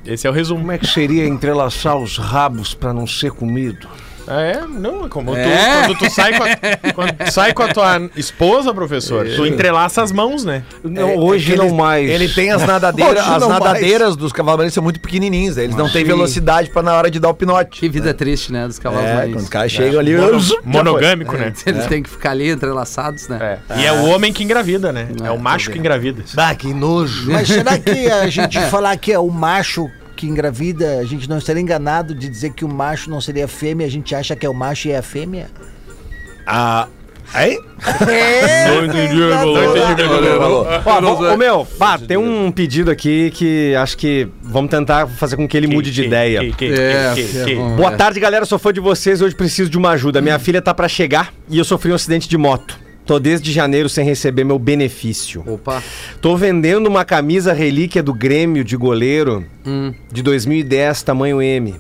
Speaker 5: Esse é o resumo.
Speaker 8: Como é que seria entrelaçar os rabos pra não ser comido?
Speaker 5: É, não, é como tu-
Speaker 3: É.
Speaker 5: quando tu sai com a, quando tu sai com a tua esposa, professor, tu
Speaker 3: É.
Speaker 5: entrelaça as mãos, né?
Speaker 8: Não, hoje não mais.
Speaker 7: Ele tem as nadadeiras,
Speaker 8: Hoje
Speaker 7: as
Speaker 8: não mais.
Speaker 7: nadadeiras dos cavaleiros são muito pequenininhos, né? eles não têm
Speaker 8: Sim.
Speaker 7: velocidade pra na hora de dar o pinote.
Speaker 3: Que vida triste, né, dos cavalos
Speaker 7: É, quando
Speaker 3: marinhos.
Speaker 7: os caras chegam ali,
Speaker 5: Mono-
Speaker 7: zup, já
Speaker 5: monogâmico, né?
Speaker 3: Eles têm que ficar ali entrelaçados, né?
Speaker 5: E é o homem que engravida, né? É o macho que engravida.
Speaker 6: Ah, que nojo.
Speaker 10: Mas será que a gente falar que é o macho que engravida, a gente não estaria enganado de dizer que o macho não seria fêmea, a gente acha que é o macho e é a fêmea?
Speaker 7: Ah, aí?
Speaker 10: É,
Speaker 5: Não entendi, não entendi,
Speaker 4: Ó, vamos- ô, meu,
Speaker 8: tipo
Speaker 4: pá, tem um pedido aqui que acho que vamos tentar fazer com que ele mude de ideia.
Speaker 5: Que, que,
Speaker 3: É,
Speaker 5: que, que,
Speaker 3: é
Speaker 5: que.
Speaker 3: bom,
Speaker 4: Boa
Speaker 3: é.
Speaker 4: tarde, galera. Sou fã de vocês. Hoje preciso de uma ajuda. Minha filha tá pra chegar e eu sofri um acidente de moto. Tô desde janeiro sem receber meu benefício.
Speaker 3: Opa.
Speaker 4: Tô vendendo uma camisa relíquia do Grêmio de goleiro
Speaker 3: Hum.
Speaker 4: de 2010, tamanho M.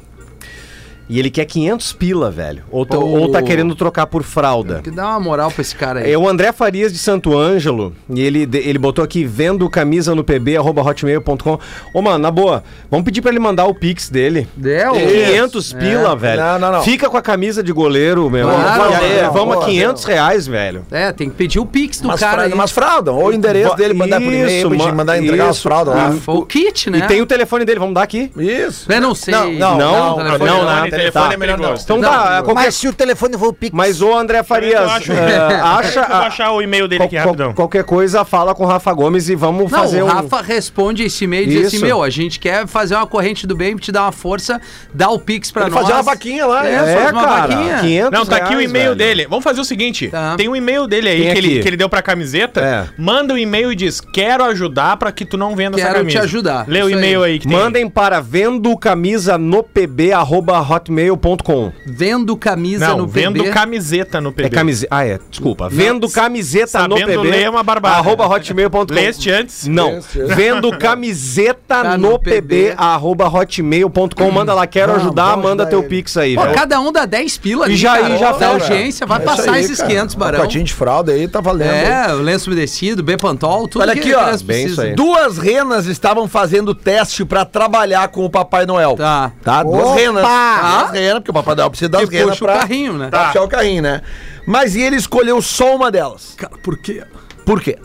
Speaker 4: E ele quer 500 pila, velho. Ou, tá-
Speaker 3: Pô.
Speaker 4: ou tá querendo trocar por fralda.
Speaker 3: Que dá uma moral pra esse cara aí.
Speaker 4: É o André Farias de Santo Ângelo, e ele, de- ele botou aqui vendo camisa no pb, arroba hotmail.com. Ô, mano, na boa, vamos pedir pra ele mandar o pix dele.
Speaker 3: Deu.
Speaker 4: 500 pila, velho.
Speaker 7: Não, não, não.
Speaker 4: Fica com a camisa de goleiro, meu.
Speaker 3: Claro,
Speaker 4: E aí,
Speaker 7: não,
Speaker 4: vamos
Speaker 7: não,
Speaker 4: a 500 reais, velho.
Speaker 3: É, tem que pedir o pix do
Speaker 7: Umas,
Speaker 3: cara aí.
Speaker 7: fraldas, umas fraldas, ou o endereço dele, mandar por
Speaker 4: Isso,
Speaker 7: e-mail, pra gente
Speaker 4: ma-
Speaker 7: mandar entregar as
Speaker 4: isso.
Speaker 7: fraldas lá.
Speaker 3: Ah, foi o kit, né?
Speaker 4: E tem o telefone dele, vamos dar aqui?
Speaker 7: Isso.
Speaker 3: Eu não sei.
Speaker 7: Não, não,
Speaker 4: Não,
Speaker 3: telefone
Speaker 4: não,
Speaker 3: não,
Speaker 4: né?
Speaker 5: telefone
Speaker 4: Tá.
Speaker 5: é perigoso.
Speaker 4: Então
Speaker 7: Ah,
Speaker 4: dá, qualquer...
Speaker 10: Ah, Mas se o telefone for o pique.
Speaker 4: Mas ô André Farias,
Speaker 5: Eu Então, acho-
Speaker 4: eh,
Speaker 5: Deixa
Speaker 4: acha...
Speaker 5: eu achar o e-mail dele
Speaker 4: qual-
Speaker 5: aqui rapidão.
Speaker 4: qual- qualquer coisa, fala com o Rafa Gomes e vamos
Speaker 3: Não,
Speaker 4: fazer
Speaker 3: o
Speaker 4: um...
Speaker 3: Rafa responde esse e-mail e diz assim:
Speaker 4: Isso.
Speaker 3: Meu, a gente quer fazer uma corrente do bem pra te dar uma força, dá o Pix pra
Speaker 7: Ele
Speaker 3: nós.
Speaker 7: fazia uma vaquinha lá,
Speaker 3: É,
Speaker 7: né?
Speaker 3: faz
Speaker 4: É,
Speaker 3: uma vaquinha.
Speaker 4: cara, 500
Speaker 5: Não, tá aqui o
Speaker 4: reais,
Speaker 5: e-mail
Speaker 4: velho.
Speaker 5: dele. Vamos fazer o seguinte:
Speaker 3: Tá.
Speaker 5: tem um e-mail dele aí
Speaker 4: Tem
Speaker 5: que ele,
Speaker 4: aqui.
Speaker 5: que ele deu pra camiseta.
Speaker 4: É.
Speaker 5: Manda o e-mail e diz: Quero ajudar pra que tu não venda essa
Speaker 3: Quero
Speaker 5: camisa.
Speaker 3: te ajudar.
Speaker 5: Lê o
Speaker 3: Isso
Speaker 5: e-mail aí, que tem.
Speaker 4: Mandem para vendo camisa no pb arroba hotmail.com.
Speaker 3: Vendo camisa
Speaker 5: Não,
Speaker 3: no
Speaker 5: vendo
Speaker 3: PB.
Speaker 5: camiseta no PB.
Speaker 4: É camiseta. Ah, é, desculpa. Vendo camiseta no
Speaker 5: Sabendo
Speaker 4: pb.
Speaker 5: ler é uma barbada.
Speaker 4: Arroba hotmail.com.
Speaker 5: Leste antes?
Speaker 4: Não. Vendo camiseta
Speaker 3: Tá no
Speaker 4: no pb arroba hotmail.com. Manda lá, quero ajudar, manda teu pix aí,
Speaker 3: Pô,
Speaker 4: velho.
Speaker 3: cada um dá 10 pila ali,
Speaker 4: E já-
Speaker 3: cara.
Speaker 4: e já
Speaker 3: da
Speaker 4: fecha.
Speaker 3: audiência, vai
Speaker 7: É isso
Speaker 3: passar
Speaker 7: aí,
Speaker 3: esses
Speaker 7: cara.
Speaker 3: 500,
Speaker 7: Um
Speaker 3: Barão.
Speaker 7: pacotinho de fralda aí, tá valendo. aí.
Speaker 3: É, o lenço umedecido, Bepantol, tudo
Speaker 7: Olha
Speaker 3: que
Speaker 7: aqui, ó.
Speaker 3: criança
Speaker 4: Bem
Speaker 3: precisa.
Speaker 4: isso aí.
Speaker 7: Duas renas estavam fazendo teste pra trabalhar com o Papai Noel.
Speaker 3: Tá.
Speaker 7: Tá? Duas renas.
Speaker 3: Ah.
Speaker 7: Duas renas, porque o Papai Noel precisa
Speaker 3: Que
Speaker 7: das renas
Speaker 3: puxa o
Speaker 7: pra
Speaker 3: carrinho, né?
Speaker 7: pra puxar o carrinho, né? Mas e ele escolheu só uma delas.
Speaker 3: Cara, por quê?
Speaker 7: Por quê?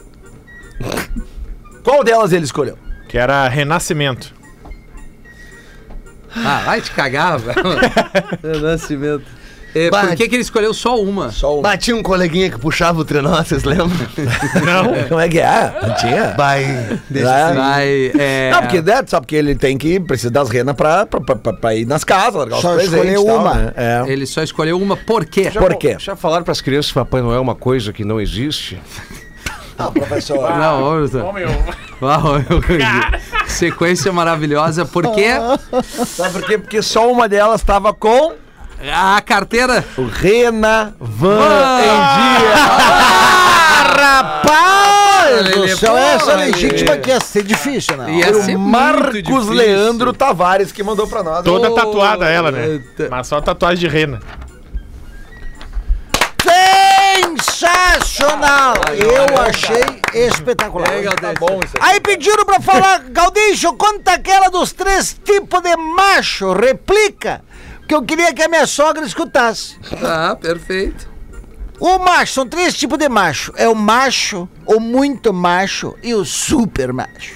Speaker 7: Qual delas ele escolheu?
Speaker 5: Que era Renascimento.
Speaker 3: Ah, vai te cagar, velho. Renascimento. É,
Speaker 13: Bah,
Speaker 3: por que, que ele escolheu só uma?
Speaker 7: Só
Speaker 13: Bah, tinha um coleguinha que puxava o trenó, vocês lembram?
Speaker 7: Não. Como é que é? Não tinha?
Speaker 13: Vai, deixa assim.
Speaker 3: Vai, é...
Speaker 7: Não, porque né, tu sabe que ele tem que precisa das renas pra, pra, pra- pra- pra ir nas casas, largar
Speaker 10: Só
Speaker 7: os presentes.
Speaker 10: escolher
Speaker 7: e tal,
Speaker 10: uma.
Speaker 7: né? É.
Speaker 3: Ele só escolheu uma, por quê?
Speaker 7: Por quê?
Speaker 8: Já falaram pras crianças que Papai Noel é uma coisa que não existe?
Speaker 3: Não, olha só. Uau, eu- Sequência maravilhosa, por quê?
Speaker 7: Sabe por quê? Porque só uma delas tava com Ah.
Speaker 3: A carteira.
Speaker 7: o Rena Ah,
Speaker 10: Rapaz
Speaker 3: Ele
Speaker 10: do
Speaker 3: é
Speaker 10: céu,
Speaker 3: bom,
Speaker 10: essa
Speaker 3: aí.
Speaker 10: legítima que ia ser difícil, né?
Speaker 3: Ia
Speaker 5: É
Speaker 3: ser muito
Speaker 7: Marcos
Speaker 3: difícil.
Speaker 7: Leandro Tavares que mandou pra nós.
Speaker 5: Toda
Speaker 3: Oh,
Speaker 5: tatuada ela, né?
Speaker 3: eita.
Speaker 5: Mas só tatuagem de rena.
Speaker 10: Sensacional!
Speaker 6: Eu achei espetacular.
Speaker 3: Legal,
Speaker 7: Tá bom isso aí.
Speaker 6: Aí pediram pra falar, Galdinho, conta aquela dos três tipos de macho, replica, que eu queria que a minha sogra escutasse.
Speaker 3: Ah, perfeito.
Speaker 6: O macho, são três tipos de macho. É o macho, o muito macho e o super macho.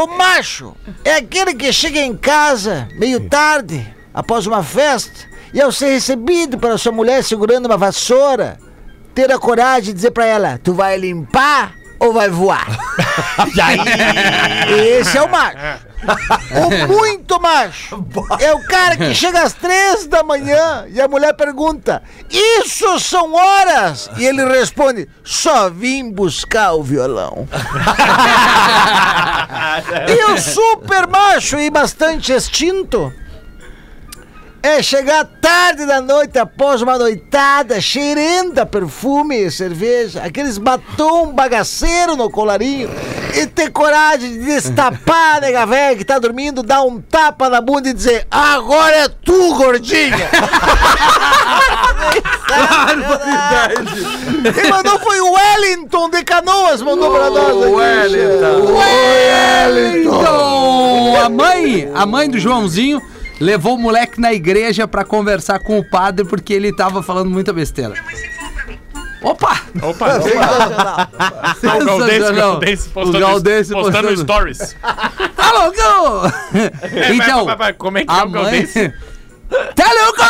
Speaker 6: o macho é aquele que chega em casa meio tarde, após uma festa, e ao ser recebido pela sua mulher segurando uma vassoura, ter a coragem de dizer pra ela, tu vai limpar ou vai voar? Esse é o macho. O muito macho é o cara que chega às três da manhã e a mulher pergunta: Isso são horas? E ele responde: Só vim buscar o violão. e o super macho e bastante extinto é chegar tarde da noite após uma noitada cheirenta perfume e cerveja, aqueles batom bagaceiro no colarinho e ter coragem de destapar a nega velha que tá dormindo, dar um tapa na bunda e dizer: Agora é tu, gordinha! Quem mandou foi o Wellington de Canoas, mandou pra nós. aqui.
Speaker 3: Wellington! Então, A mãe, a mãe do Joãozinho levou o moleque na igreja pra conversar com o padre porque ele tava falando muita besteira. Opa!
Speaker 5: Opa,
Speaker 3: Sensacional.
Speaker 5: o Galdense, o Galdense
Speaker 3: O
Speaker 5: postando,
Speaker 3: Galdense
Speaker 5: postando
Speaker 3: postando.
Speaker 5: stories.
Speaker 3: Tá louco? Então,
Speaker 5: vai, vai, como é que é
Speaker 3: a
Speaker 5: o
Speaker 3: mãe...
Speaker 5: Galdense?
Speaker 3: Tá louco?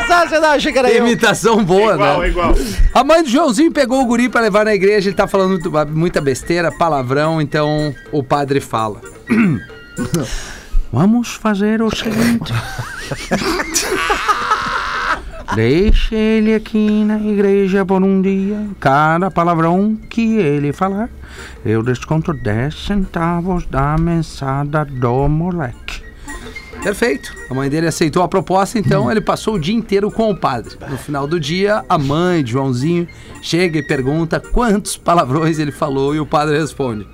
Speaker 10: Sensacional, achei que era eu.
Speaker 3: Imitação boa, né?
Speaker 5: É Igual, igual.
Speaker 3: A mãe do Joãozinho pegou o guri pra levar na igreja, ele tá falando muito- muita besteira, palavrão, então o padre fala.
Speaker 9: Vamos fazer o seguinte. Deixe ele aqui na igreja por um dia. Cada palavrão que ele falar, eu desconto 10 centavos da mensada do moleque.
Speaker 3: Perfeito. A mãe dele aceitou a proposta, então ele passou o dia inteiro com o padre. No final do dia, a mãe de Joãozinho chega e pergunta quantos palavrões ele falou e o padre responde.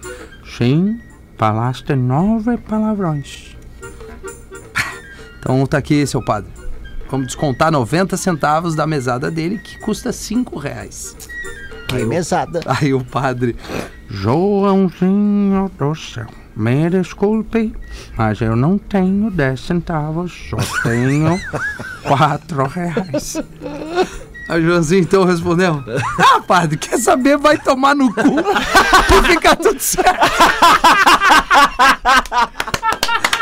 Speaker 9: Sim, falaste nove palavrões.
Speaker 3: Então tá aqui, seu padre. Vamos descontar 90 centavos da mesada dele, que custa 5 reais.
Speaker 6: Que mesada.
Speaker 3: Aí o padre.
Speaker 9: Joãozinho do céu, me desculpe, mas eu não tenho 10 centavos, só tenho 4 reais.
Speaker 3: Aí o Joãozinho então respondeu: Ah, padre, quer saber? Vai tomar no cu que fica tudo certo.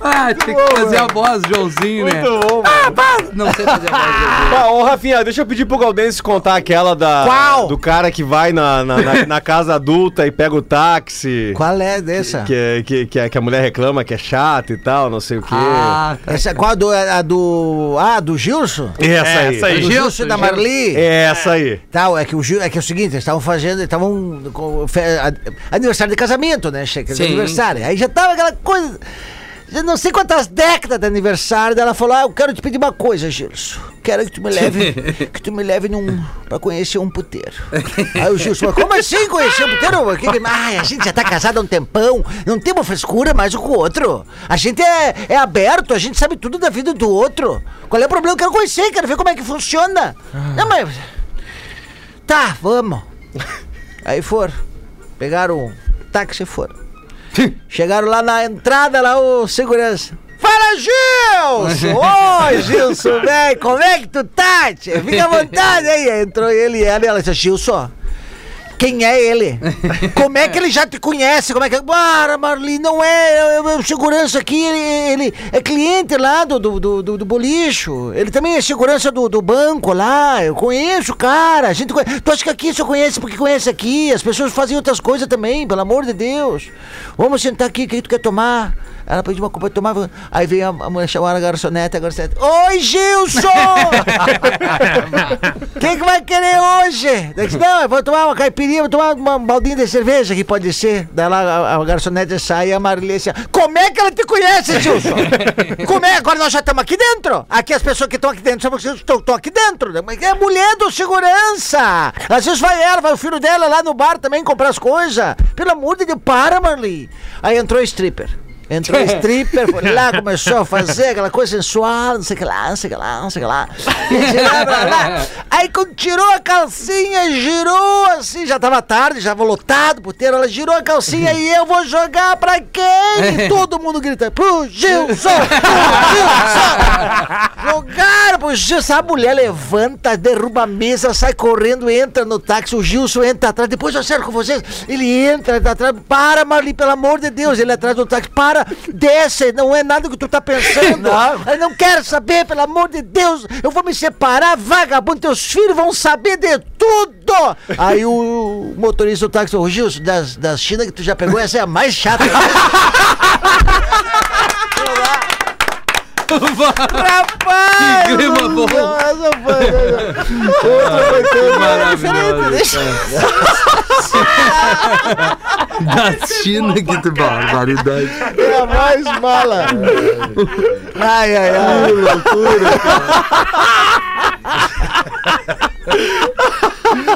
Speaker 3: Ah, tinha que fazer a voz, do Joãozinho, né? Ah, padre! Não sei fazer a voz, do Joãozinho.
Speaker 4: Ah, ô, Rafinha, deixa eu pedir pro Galdense contar aquela da do cara que vai na, na, na- na casa adulta e pega o táxi.
Speaker 10: Qual é dessa?
Speaker 4: Que, é- que, que, é- que a mulher reclama que é chata e tal, não sei o quê.
Speaker 3: Ah,
Speaker 10: Essa é qual a do, a do. Ah, do Gilson?
Speaker 4: essa, aí.
Speaker 5: Essa aí.
Speaker 10: Do Gilson e da Marli?
Speaker 4: É essa aí.
Speaker 10: Tal, é que o Gil, é que é o seguinte, eles estavam fazendo, estavam com- fe- a- aniversário de casamento, né? Chega de
Speaker 3: Sim.
Speaker 10: aniversário. Aí já tava aquela coisa, já não sei quantas décadas de aniversário, daí ela falou: "Ah, eu quero te pedir uma coisa, Gilson. Quero que tu me leve, que tu me leve num para conhecer um puteiro". Aí o Gilson, "Mas como assim conhecer um puteiro? Mas que que- Ai, a gente já tá casado há um tempão, não temos frescura mais um com o outro. A gente é, é aberto, a gente sabe tudo da vida do outro. Qual é o problema? Eu quero conhecer, quero ver como é que funciona. Não, mas Tá, vamos. Aí foram. Pegaram um táxi e foram. Chegaram lá na entrada, lá o segurança. Fala, Gilson! Ô, Gilson, velho, como é que tu tá? tchê? Fica à vontade aí. Entrou ele e ela e ela disse, Gilson,
Speaker 6: Quem é ele? Como é que ele já te conhece? Como é que. Para, Marli, não é. é- é o segurança aqui, ele, ele é cliente lá do, do, do, do- do bolicho. Ele também é segurança do, do banco lá. Eu conheço o cara. A gente conhe- Tu acha que aqui só conhece porque conhece aqui? As pessoas fazem outras coisas também, pelo amor de Deus. Vamos sentar aqui, o que que tu quer tomar? Ela pediu uma copa de tomar. Aí veio a, a mulher chamar a garçonete, a garçonete. Oi, Gilson! Quem que vai querer hoje? Daí disse, não, eu vou tomar uma caipirinha, vou tomar uma baldinha de cerveja que pode ser. Daí lá a, a garçonete sai e a Marilê assim, como é que ela te conhece, Gilson? como é? Agora nós já estamos aqui dentro. Aqui as pessoas que estão aqui dentro são vocês que estão estão aqui dentro. Mas É mulher do segurança. Às vezes vai ela, vai o filho dela lá no bar também comprar as coisas. Pelo amor de Deus, para, Marli. Aí entrou o stripper. Entrou stripper, foi lá, começou a fazer aquela coisa sensual, não sei o que lá, não sei o que lá, não sei o que lá. E tirava pra lá. Aí quando tirou a calcinha, girou assim, já tava tarde, já tava lotado o puteiro, ela girou a calcinha e eu vou jogar pra quem? E todo mundo gritando, pro Gilson, pro Gilson. Jogaram pro Gilson, a mulher levanta, derruba a mesa, sai correndo, entra no táxi, o Gilson entra atrás, depois eu acerco vocês, ele entra, entra atrás, para Marli, pelo amor de Deus, ele é atrás do táxi, para, desce, não é nada que tu tá pensando, eu não quero saber, pelo amor de Deus, eu vou me separar, vagabundo, teus filhos vão saber de tudo. Aí o motorista do táxi falou, Gilson, das, das China que tu já pegou, essa é a mais chata. Rapaz!
Speaker 3: Que clima
Speaker 6: não-
Speaker 3: bom.
Speaker 6: não, essa foi- Outra foi tão diferente, né?
Speaker 13: Da China que tu barbaridade.
Speaker 6: É a mais mala. Ai, ai, ai. Que loucura.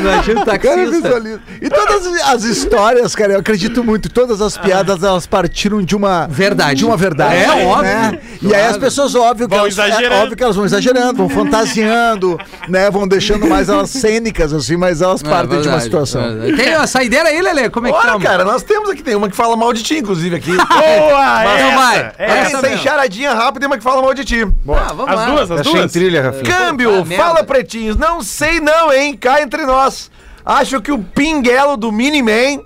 Speaker 3: Imagina o
Speaker 10: Cara,
Speaker 3: taxista.
Speaker 10: visualiza. E todas as histórias, cara, eu acredito muito, todas as piadas, elas partiram de uma
Speaker 3: Verdade.
Speaker 10: De uma verdade.
Speaker 3: É, óbvio.
Speaker 7: né?
Speaker 10: E aí as pessoas, óbvio que,
Speaker 5: Vão
Speaker 10: elas,
Speaker 5: exagerando.
Speaker 10: é óbvio que elas vão exagerando, vão fantasiando, né? Vão deixando mais elas cênicas, assim, mas elas
Speaker 3: É,
Speaker 10: partem de
Speaker 3: verdade,
Speaker 10: uma
Speaker 3: é
Speaker 10: situação.
Speaker 3: verdade. Tem a saideira aí, Lelê? Como é que
Speaker 7: Olha,
Speaker 3: tá?
Speaker 7: cara, nós temos aqui, tem uma que fala mal de ti, inclusive, aqui.
Speaker 5: Boa!
Speaker 3: Mas não
Speaker 5: essa,
Speaker 3: vai.
Speaker 5: essa.
Speaker 3: Vai
Speaker 7: Essa sem
Speaker 3: mesmo.
Speaker 7: charadinha rápida e uma que fala mal de ti.
Speaker 3: Ah, vamos lá.
Speaker 5: As duas, as
Speaker 8: Achei em
Speaker 5: duas.
Speaker 8: trilha, Rafinha.
Speaker 7: Câmbio,
Speaker 3: Puta
Speaker 7: fala
Speaker 3: merda.
Speaker 7: pretinhos. Não sei não, hein? Cá entre nós. Acho que o pinguelo do Miniman,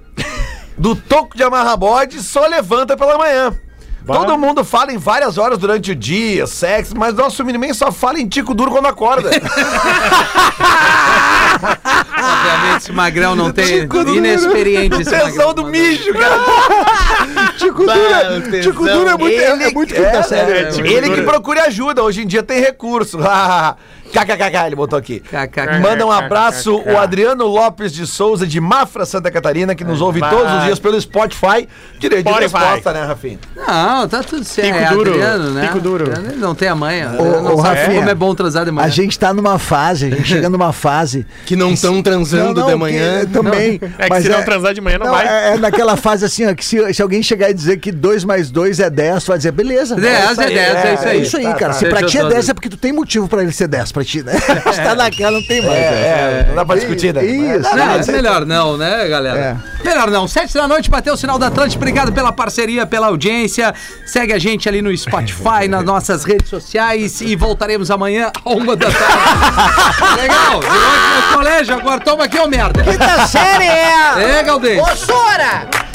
Speaker 7: do toco de amarrabode, só levanta pela manhã. Todo mundo fala em várias horas durante o dia, sexo, mas nosso Miniman só fala em tico duro quando acorda.
Speaker 3: Obviamente, esse magrão não tem. Inexperiente esse
Speaker 7: Tesão
Speaker 3: magrão.
Speaker 7: do mijo, cara.
Speaker 10: Tico Dura, Tico Dura é muito, é, é muito quinta série.
Speaker 5: é, tipo,
Speaker 7: Ele que
Speaker 5: dura.
Speaker 7: procure ajuda, hoje em dia tem recurso. KKKK, ele botou aqui.
Speaker 3: KKK.
Speaker 7: Manda um abraço o Adriano Lopes de Souza, de Mafra, Santa Catarina, que nos ouve todos os dias pelo Spotify. Direito de
Speaker 5: Spotify.
Speaker 7: resposta, né, Rafinha?
Speaker 3: Não, tá tudo certo.
Speaker 5: Pico
Speaker 3: é
Speaker 5: duro,
Speaker 3: Adriano, né?
Speaker 5: pico duro.
Speaker 3: Adriano, ele não tem a manha.
Speaker 10: ô,
Speaker 3: Adriano não sabe
Speaker 10: Rafinha,
Speaker 3: como é bom transar de manhã.
Speaker 10: A gente tá numa fase, a gente chega numa fase.
Speaker 13: Que não estão transando
Speaker 10: Não, não,
Speaker 13: de manhã.
Speaker 10: que- também.
Speaker 5: É que
Speaker 10: mas
Speaker 5: se não transar de manhã, não,
Speaker 10: Não,
Speaker 5: vai.
Speaker 10: é, é naquela fase assim, ó, que se, se alguém chegar e dizer que 2 mais 2 é 10, tu vai dizer, beleza.
Speaker 3: Dez é
Speaker 10: isso aí,
Speaker 3: dez, é isso aí.
Speaker 10: É isso aí,
Speaker 3: Tá,
Speaker 10: cara.
Speaker 3: tá.
Speaker 10: Se pra ti
Speaker 3: Seja
Speaker 10: é 10
Speaker 3: todo.
Speaker 10: é porque tu tem motivo pra ele ser 10 pra ti, né? A gente tá naquela, não tem mais. né?
Speaker 7: É, não dá pra discutir, né?
Speaker 10: Isso.
Speaker 3: Não, é melhor não, né, galera? Melhor não. Sete da noite, bateu o sinal da Atlântica. Obrigado pela parceria, pela audiência. Segue a gente ali no Spotify, nas nossas redes sociais e voltaremos amanhã à uma da tarde. Legal, virou aqui no colégio, agora toma aqui, ô merda.
Speaker 6: Quinta série é...
Speaker 3: É, Galdês.
Speaker 6: Ô, Sora!